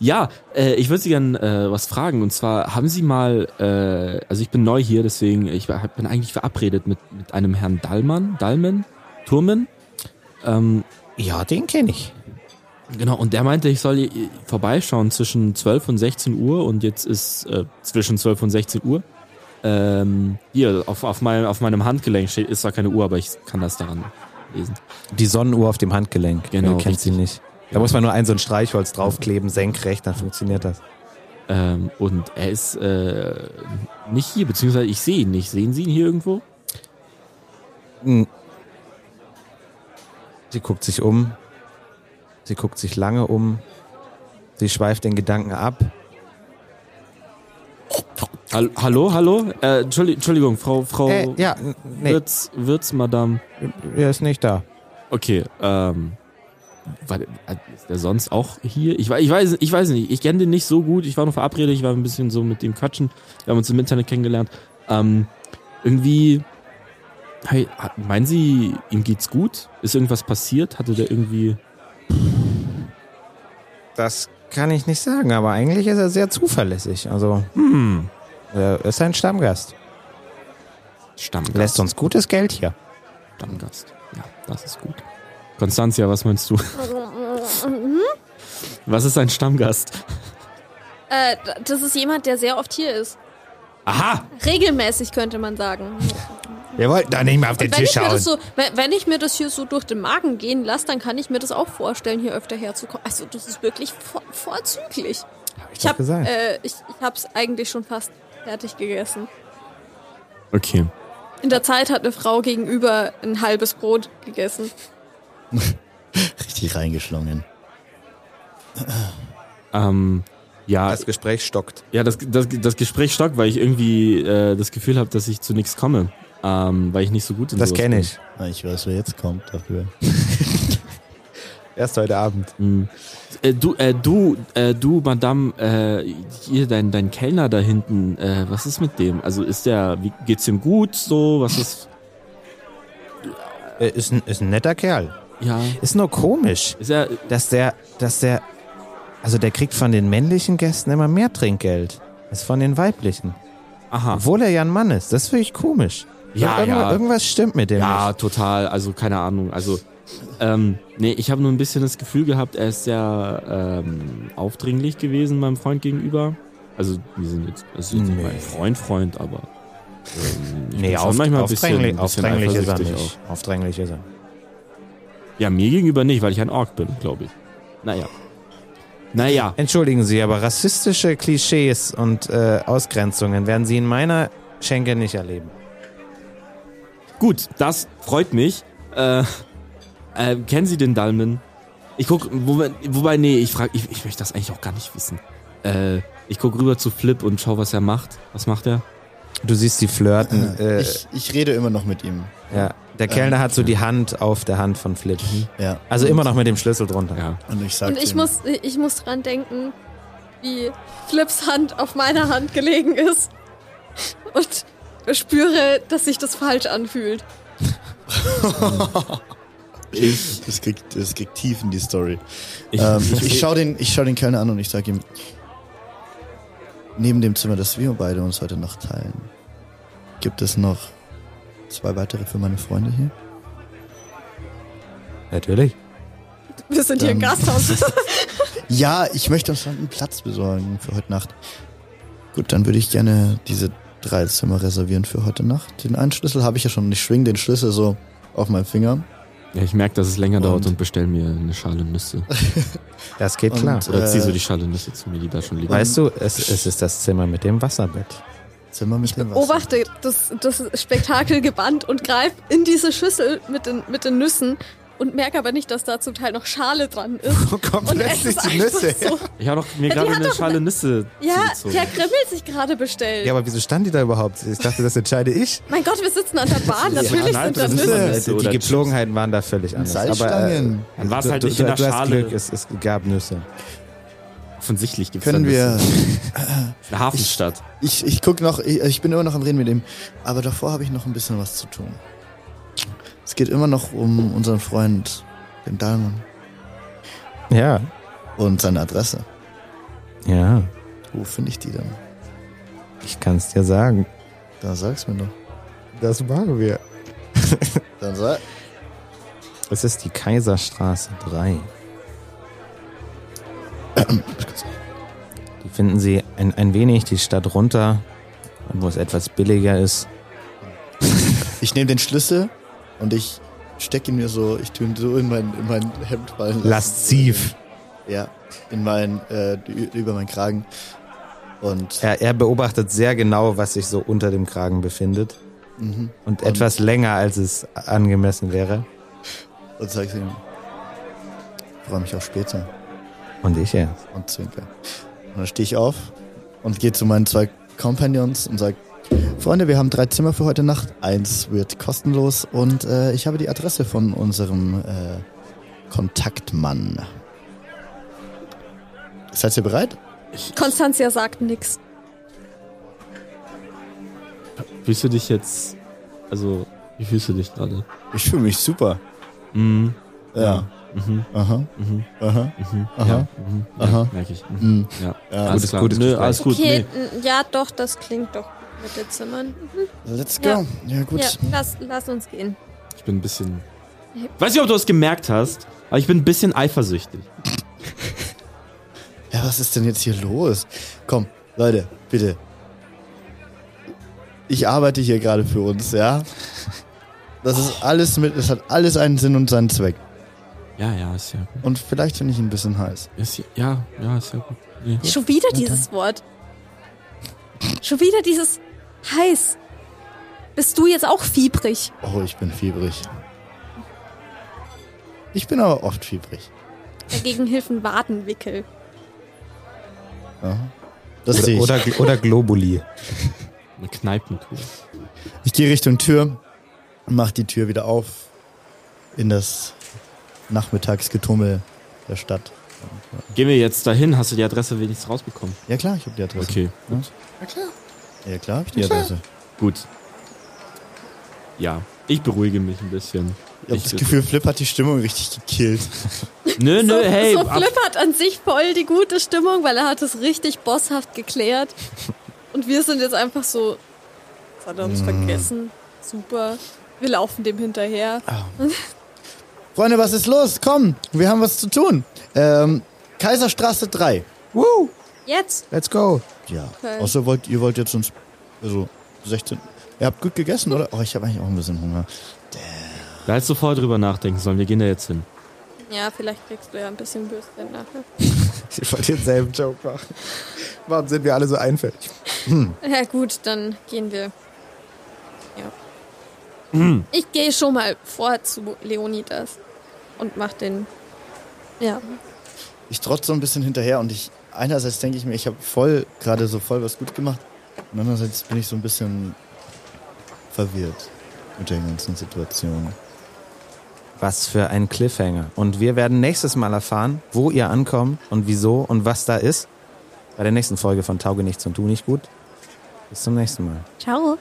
Speaker 3: ja, äh, ich würde Sie gerne äh, was fragen. Und zwar haben Sie mal, äh, also ich bin neu hier, deswegen, ich war- bin eigentlich verabredet mit, mit einem Herrn Dallmann, Dallmann, Turmen. Ähm,
Speaker 2: Ja, den kenne ich.
Speaker 3: Genau, und der meinte, ich soll i- vorbeischauen zwischen 12 und 16 Uhr und jetzt ist äh, zwischen 12 und 16 Uhr. Ähm, hier, auf, auf, mein, auf meinem Handgelenk steht, ist zwar keine Uhr, aber ich kann das daran lesen.
Speaker 2: Die Sonnenuhr auf dem Handgelenk.
Speaker 3: Genau,
Speaker 2: Wer kennt sie nicht. Da muss man nur ein so ein Streichholz draufkleben, senkrecht, dann funktioniert das.
Speaker 3: Ähm, und er ist äh, nicht hier, beziehungsweise ich sehe ihn nicht. Sehen Sie ihn hier irgendwo?
Speaker 2: Sie guckt sich um. Sie guckt sich lange um. Sie schweift den Gedanken ab.
Speaker 3: Hall- Hallo, hallo? Äh, Entschuldi- Entschuldigung, Frau, Frau
Speaker 2: Äh, ja, n- nee,
Speaker 3: Wirtz, Wirtz, Madame.
Speaker 2: er ist nicht da.
Speaker 3: Okay, ähm. War der, ist der sonst auch hier? Ich, wei- ich, weiß, ich weiß nicht, ich kenne den nicht so gut. Ich war nur verabredet, ich war ein bisschen so mit ihm quatschen. Wir haben uns im Internet kennengelernt. Ähm, irgendwie. Hey, ha- meinen Sie, ihm geht's gut? Ist irgendwas passiert? Hatte der irgendwie.
Speaker 2: Das kann ich nicht sagen, aber eigentlich ist er sehr zuverlässig. Also,
Speaker 3: Hm,
Speaker 2: er ist ein Stammgast.
Speaker 3: Stammgast.
Speaker 2: Lässt uns gutes Geld hier.
Speaker 3: Stammgast. Ja, das ist gut. Konstanzia, was meinst du? Was ist ein Stammgast?
Speaker 5: Äh, das ist jemand, der sehr oft hier ist.
Speaker 3: Aha!
Speaker 5: Regelmäßig könnte man sagen.
Speaker 2: Wir wollten da nicht mal auf den
Speaker 5: Wenn ich, mir das so, wenn, wenn ich mir das hier so durch den Magen gehen lasse, dann kann ich mir das auch vorstellen, hier öfter herzukommen. Also das ist wirklich vor, vorzüglich. Ich
Speaker 2: doch
Speaker 5: habe
Speaker 2: gesagt.
Speaker 5: äh, ich, ich hab's eigentlich schon fast fertig gegessen.
Speaker 3: Okay.
Speaker 5: In der Zeit hat eine Frau gegenüber ein halbes Brot gegessen.
Speaker 4: Richtig reingeschlungen.
Speaker 3: Ähm, ja,
Speaker 2: Das Gespräch stockt.
Speaker 3: Ja, das, das, das Gespräch stockt, weil ich irgendwie äh, das Gefühl habe, dass ich zu nichts komme. Ähm, weil ich nicht so gut in
Speaker 2: Das
Speaker 3: sowas
Speaker 2: kenne ich.
Speaker 4: Ah, Ich weiß, wer jetzt kommt dafür.
Speaker 2: Erst heute Abend.
Speaker 3: bin. Äh, du, äh, du, äh, du, Madame, äh, hier, dein, dein Kellner da hinten, äh, was ist mit dem? Also ist der, wie, geht's ihm gut so? Was ist,
Speaker 2: Äh, Ist ein, ist ein netter Kerl.
Speaker 3: ja,
Speaker 2: Ist nur komisch,
Speaker 3: ist er,
Speaker 2: dass der, dass der, also der kriegt von den männlichen Gästen immer mehr Trinkgeld als von den weiblichen.
Speaker 3: aha.
Speaker 2: Obwohl er ja ein Mann ist. Das ist wirklich komisch.
Speaker 3: Ah. Ja,
Speaker 2: Irgendwas-
Speaker 3: ja.
Speaker 2: Irgendwas stimmt mit dem
Speaker 3: Ja,
Speaker 2: nicht.
Speaker 3: total. Also keine Ahnung. Also ähm, nee, ich habe nur ein bisschen das Gefühl gehabt, er ist sehr ähm, aufdringlich gewesen meinem Freund gegenüber. Also wir sind jetzt, also jetzt nicht
Speaker 2: Nee.
Speaker 3: mein Freund, Freund, aber ähm, ich bin
Speaker 2: Nee,
Speaker 3: schon
Speaker 2: auf,
Speaker 3: manchmal ein
Speaker 2: aufdränglich,
Speaker 3: bisschen, ein bisschen
Speaker 2: aufdränglich ist er
Speaker 3: eifersüchtig
Speaker 2: nicht. Aufdränglich ist er.
Speaker 3: auch. Ja, mir gegenüber nicht, weil ich ein Ork bin, glaube ich. Naja. Naja.
Speaker 2: Entschuldigen Sie, aber rassistische Klischees und äh, Ausgrenzungen werden Sie in meiner Schenke nicht erleben.
Speaker 3: Gut, das freut mich. Äh, äh, kennen Sie den Dalmen? Ich guck, wobei, wobei nee, ich frage, ich, ich möchte das eigentlich auch gar nicht wissen. Äh, ich guck rüber zu Flip und schau, was er macht. Was macht er?
Speaker 2: Du siehst sie flirten. Äh,
Speaker 4: ich, ich rede immer noch mit ihm.
Speaker 2: ja. Der Kellner hat so die Hand auf der Hand von Flip.
Speaker 4: Ja.
Speaker 2: Also immer noch mit dem Schlüssel drunter.
Speaker 3: Mhm. Ja.
Speaker 4: Und ich sag
Speaker 5: Und ich
Speaker 4: ihm,
Speaker 5: muss, ich muss dran denken, wie Flips Hand auf meiner Hand gelegen ist. Und spüre, dass sich das falsch anfühlt.
Speaker 4: Das kriegt, das kriegt tief in die Story.
Speaker 3: Ich,
Speaker 4: Ähm,
Speaker 2: eh-
Speaker 4: ich schaue den, ich schau den Kellner an und ich sage ihm, neben dem Zimmer, das wir beide uns heute Nacht teilen, gibt es noch zwei weitere für meine Freunde hier?
Speaker 2: Natürlich.
Speaker 5: Wir sind hier im
Speaker 4: Dann-
Speaker 5: Gasthaus.
Speaker 4: Ja, ich möchte uns noch einen Platz besorgen für heute Nacht. Gut, dann würde ich gerne diese drei Zimmer reservieren für heute Nacht. Den einen Schlüssel habe ich ja schon. Ich schwing den Schlüssel so auf meinen Finger.
Speaker 3: ja, ich merke, dass es länger dauert
Speaker 4: Und-
Speaker 3: und bestell mir eine Schale Nüsse.
Speaker 2: Das geht
Speaker 4: Und,
Speaker 2: klar.
Speaker 3: Oder zieh so
Speaker 4: Äh.
Speaker 3: die Schale Nüsse zu mir, die da schon liegen.
Speaker 2: Weißt du, es, es ist das Zimmer mit dem Wasserbett.
Speaker 4: Zimmer mit dem Wasser.
Speaker 5: Beobachte das, das Spektakel gebannt und greif in diese Schüssel mit den, mit den Nüssen und merke aber nicht, dass da zum Teil noch Schale dran ist.
Speaker 2: Wo [LAUGHS] kommt
Speaker 5: Und es
Speaker 2: plötzlich
Speaker 5: ist
Speaker 2: die
Speaker 5: einfach
Speaker 2: Nüsse? [LAUGHS] her?
Speaker 5: so.
Speaker 3: Ich habe doch mir
Speaker 5: Ja, die
Speaker 3: gerade
Speaker 5: hat
Speaker 3: eine
Speaker 5: doch-
Speaker 3: Schale Nüsse
Speaker 5: Ja,
Speaker 3: zugezogen.
Speaker 5: der Grimmel sich gerade bestellt.
Speaker 2: Ja, aber wieso stand die da überhaupt? Ich dachte, das entscheide ich.
Speaker 5: Mein Gott, wir sitzen an der Bahn, natürlich
Speaker 3: nein,
Speaker 5: sind da
Speaker 3: das ist-
Speaker 5: Nüsse.
Speaker 3: Nüsse
Speaker 2: die
Speaker 3: oder
Speaker 2: Gepflogenheiten waren da völlig anders.
Speaker 4: Salzstangen.
Speaker 2: Aber, äh,
Speaker 3: Dann war's
Speaker 2: du-
Speaker 3: halt
Speaker 2: du-
Speaker 3: nicht in
Speaker 2: du-
Speaker 3: der
Speaker 2: du hast
Speaker 3: Schale.
Speaker 2: Glück, es, es gab Nüsse.
Speaker 3: Offensichtlich gibt's
Speaker 4: Können
Speaker 3: da
Speaker 4: wir.
Speaker 3: Nüsse. Eine Hafenstadt.
Speaker 4: Ich, ich guck noch, ich, ich bin immer noch am Reden mit ihm. Aber davor habe ich noch ein bisschen was zu tun. Es geht immer noch um unseren Freund, den Dalman,
Speaker 2: Ja.
Speaker 4: und seine Adresse.
Speaker 2: Ja.
Speaker 4: Wo finde ich die denn?
Speaker 2: Ich kann es dir sagen.
Speaker 4: Da sag's mir doch.
Speaker 2: Das machen wir.
Speaker 4: Dann sag.
Speaker 2: Es ist die Kaiserstraße 3. Die finden Sie ein, ein wenig die Stadt runter, wo es etwas billiger ist.
Speaker 4: Ich nehme den Schlüssel und ich stecke ihn mir so, ich tue ihn so in mein, in mein Hemd fallen. lassen.
Speaker 2: Lasziv.
Speaker 4: Ja, in mein, äh, ü- über meinen Kragen. Und
Speaker 2: Er, er beobachtet sehr genau, was sich so unter dem Kragen befindet.
Speaker 4: mhm,
Speaker 2: Und etwas länger, als es angemessen wäre.
Speaker 4: und sag's ihm. Ich freue mich auf später.
Speaker 2: Und ich erst.
Speaker 4: und zwinker. Und dann stehe ich auf und gehe zu meinen zwei Companions und sage, Freunde, wir haben drei Zimmer für heute Nacht. Eins wird kostenlos und äh, ich habe die Adresse von unserem äh, Kontaktmann. Seid ihr bereit?
Speaker 5: Konstanzia sagt nichts.
Speaker 3: Fühlst du dich jetzt. Also, wie fühlst du dich gerade?
Speaker 4: Ich fühle mich super.
Speaker 3: Mhm.
Speaker 4: Ja.
Speaker 3: Mhm.
Speaker 4: Aha.
Speaker 3: Mhm.
Speaker 4: Aha.
Speaker 3: Mhm.
Speaker 4: Aha.
Speaker 3: Ja. Mhm.
Speaker 4: Aha.
Speaker 3: Ja, merke ich. Mhm.
Speaker 4: Mhm.
Speaker 3: Ja.
Speaker 4: Ja.
Speaker 3: alles
Speaker 2: Gutes-
Speaker 3: klar.
Speaker 2: gutes
Speaker 3: Nö,
Speaker 2: Gespräch.
Speaker 3: alles gut.
Speaker 5: okay,
Speaker 3: Nee.
Speaker 5: n- ja doch, das klingt doch gut mit den Zimmern.
Speaker 4: Let's
Speaker 5: Ja.
Speaker 4: go. Ja, gut.
Speaker 5: Ja, lass, lass uns gehen.
Speaker 3: Ich bin ein bisschen. Weiß nicht, ob du es gemerkt hast, aber ich bin ein bisschen eifersüchtig.
Speaker 4: Ja, was ist denn jetzt hier los? Komm, Leute, bitte. Ich arbeite hier gerade für uns, ja? Das ist alles mit, es hat alles einen Sinn und seinen Zweck.
Speaker 3: Ja, ja, ist ja. gut.
Speaker 4: Und vielleicht finde ich ein bisschen heiß.
Speaker 3: Ist ja, ja, ja, ist ja gut. Nee.
Speaker 5: Schon wieder dieses Wort. Schon wieder dieses heiß. Bist du jetzt auch fiebrig?
Speaker 4: Oh, ich bin fiebrig. Ich bin aber oft fiebrig.
Speaker 5: Dagegen hilft ein Wadenwickel.
Speaker 4: Ja. Das sehe ich.
Speaker 2: Oder, oder Globuli.
Speaker 3: Eine Kneipentour.
Speaker 4: Ich gehe Richtung Tür, mach die Tür wieder auf in das Nachmittagsgetummel der Stadt.
Speaker 3: Gehen wir jetzt dahin, hast du die Adresse wenigstens rausbekommen.
Speaker 4: Ja klar, ich habe die Adresse.
Speaker 3: Okay, gut.
Speaker 4: Ja klar, habe ich die Adresse.
Speaker 3: Gut. Ja, ich beruhige mich ein bisschen.
Speaker 4: Ich habe
Speaker 3: Ich-
Speaker 4: das Gefühl, Flip hat die Stimmung richtig gekillt.
Speaker 3: Nö, nö,
Speaker 5: so,
Speaker 3: hey.
Speaker 5: so
Speaker 3: ab-
Speaker 5: flippert an sich voll die gute Stimmung, weil er hat es richtig bosshaft geklärt. Und wir sind jetzt einfach so, das hat er
Speaker 3: Mm.
Speaker 5: uns vergessen. Super. Wir laufen dem hinterher.
Speaker 3: Ah.
Speaker 4: Freunde, was ist los? Komm, wir haben was zu tun. Ähm, Kaiserstraße 3.
Speaker 2: Woo!
Speaker 5: Jetzt.
Speaker 2: Let's go!
Speaker 4: Ja.
Speaker 5: Okay.
Speaker 4: Außer wollt, ihr wollt jetzt uns. Also 16. Ihr habt gut gegessen, oder? Oh, ich habe eigentlich auch ein bisschen Hunger.
Speaker 3: Da hättest du vorher drüber nachdenken sollen. Wir gehen da jetzt hin.
Speaker 5: Ja, vielleicht kriegst du ja ein bisschen Würstchen nachher.
Speaker 2: [LAUGHS] Ich wollte denselben Joke machen. Warum sind wir alle so einfältig?
Speaker 5: Ja gut, dann gehen wir. Ja. Ich gehe schon mal vor zu Leonidas und mach den. Ja.
Speaker 4: Ich trotz so ein bisschen hinterher und ich. Einerseits denke ich mir, ich habe voll, gerade so voll was gut gemacht. Und andererseits bin ich so ein bisschen verwirrt mit der ganzen Situation.
Speaker 2: Was für ein Cliffhanger. Und wir werden nächstes Mal erfahren, wo ihr ankommt und wieso und was da ist. Bei der nächsten Folge von Tauge nichts und tu nicht gut. Bis zum nächsten Mal.
Speaker 5: Ciao.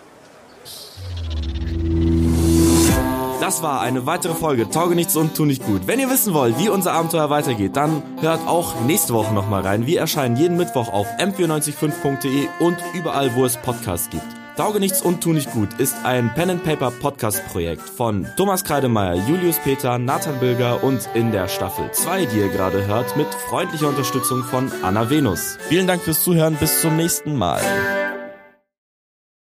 Speaker 7: Das war eine weitere Folge Tauge nichts und tu nicht gut. Wenn ihr wissen wollt, wie unser Abenteuer weitergeht, dann hört auch nächste Woche nochmal rein. Wir erscheinen jeden Mittwoch auf m495.de und überall, wo es Podcasts gibt. Tauge nichts und tu nicht gut ist ein Pen and Paper Podcast Projekt von Thomas Kreidemeier, Julius Peter, Nathan Bilger und in der Staffel 2, die ihr gerade hört, mit freundlicher Unterstützung von Anna Venus. Vielen Dank fürs Zuhören, bis zum nächsten Mal.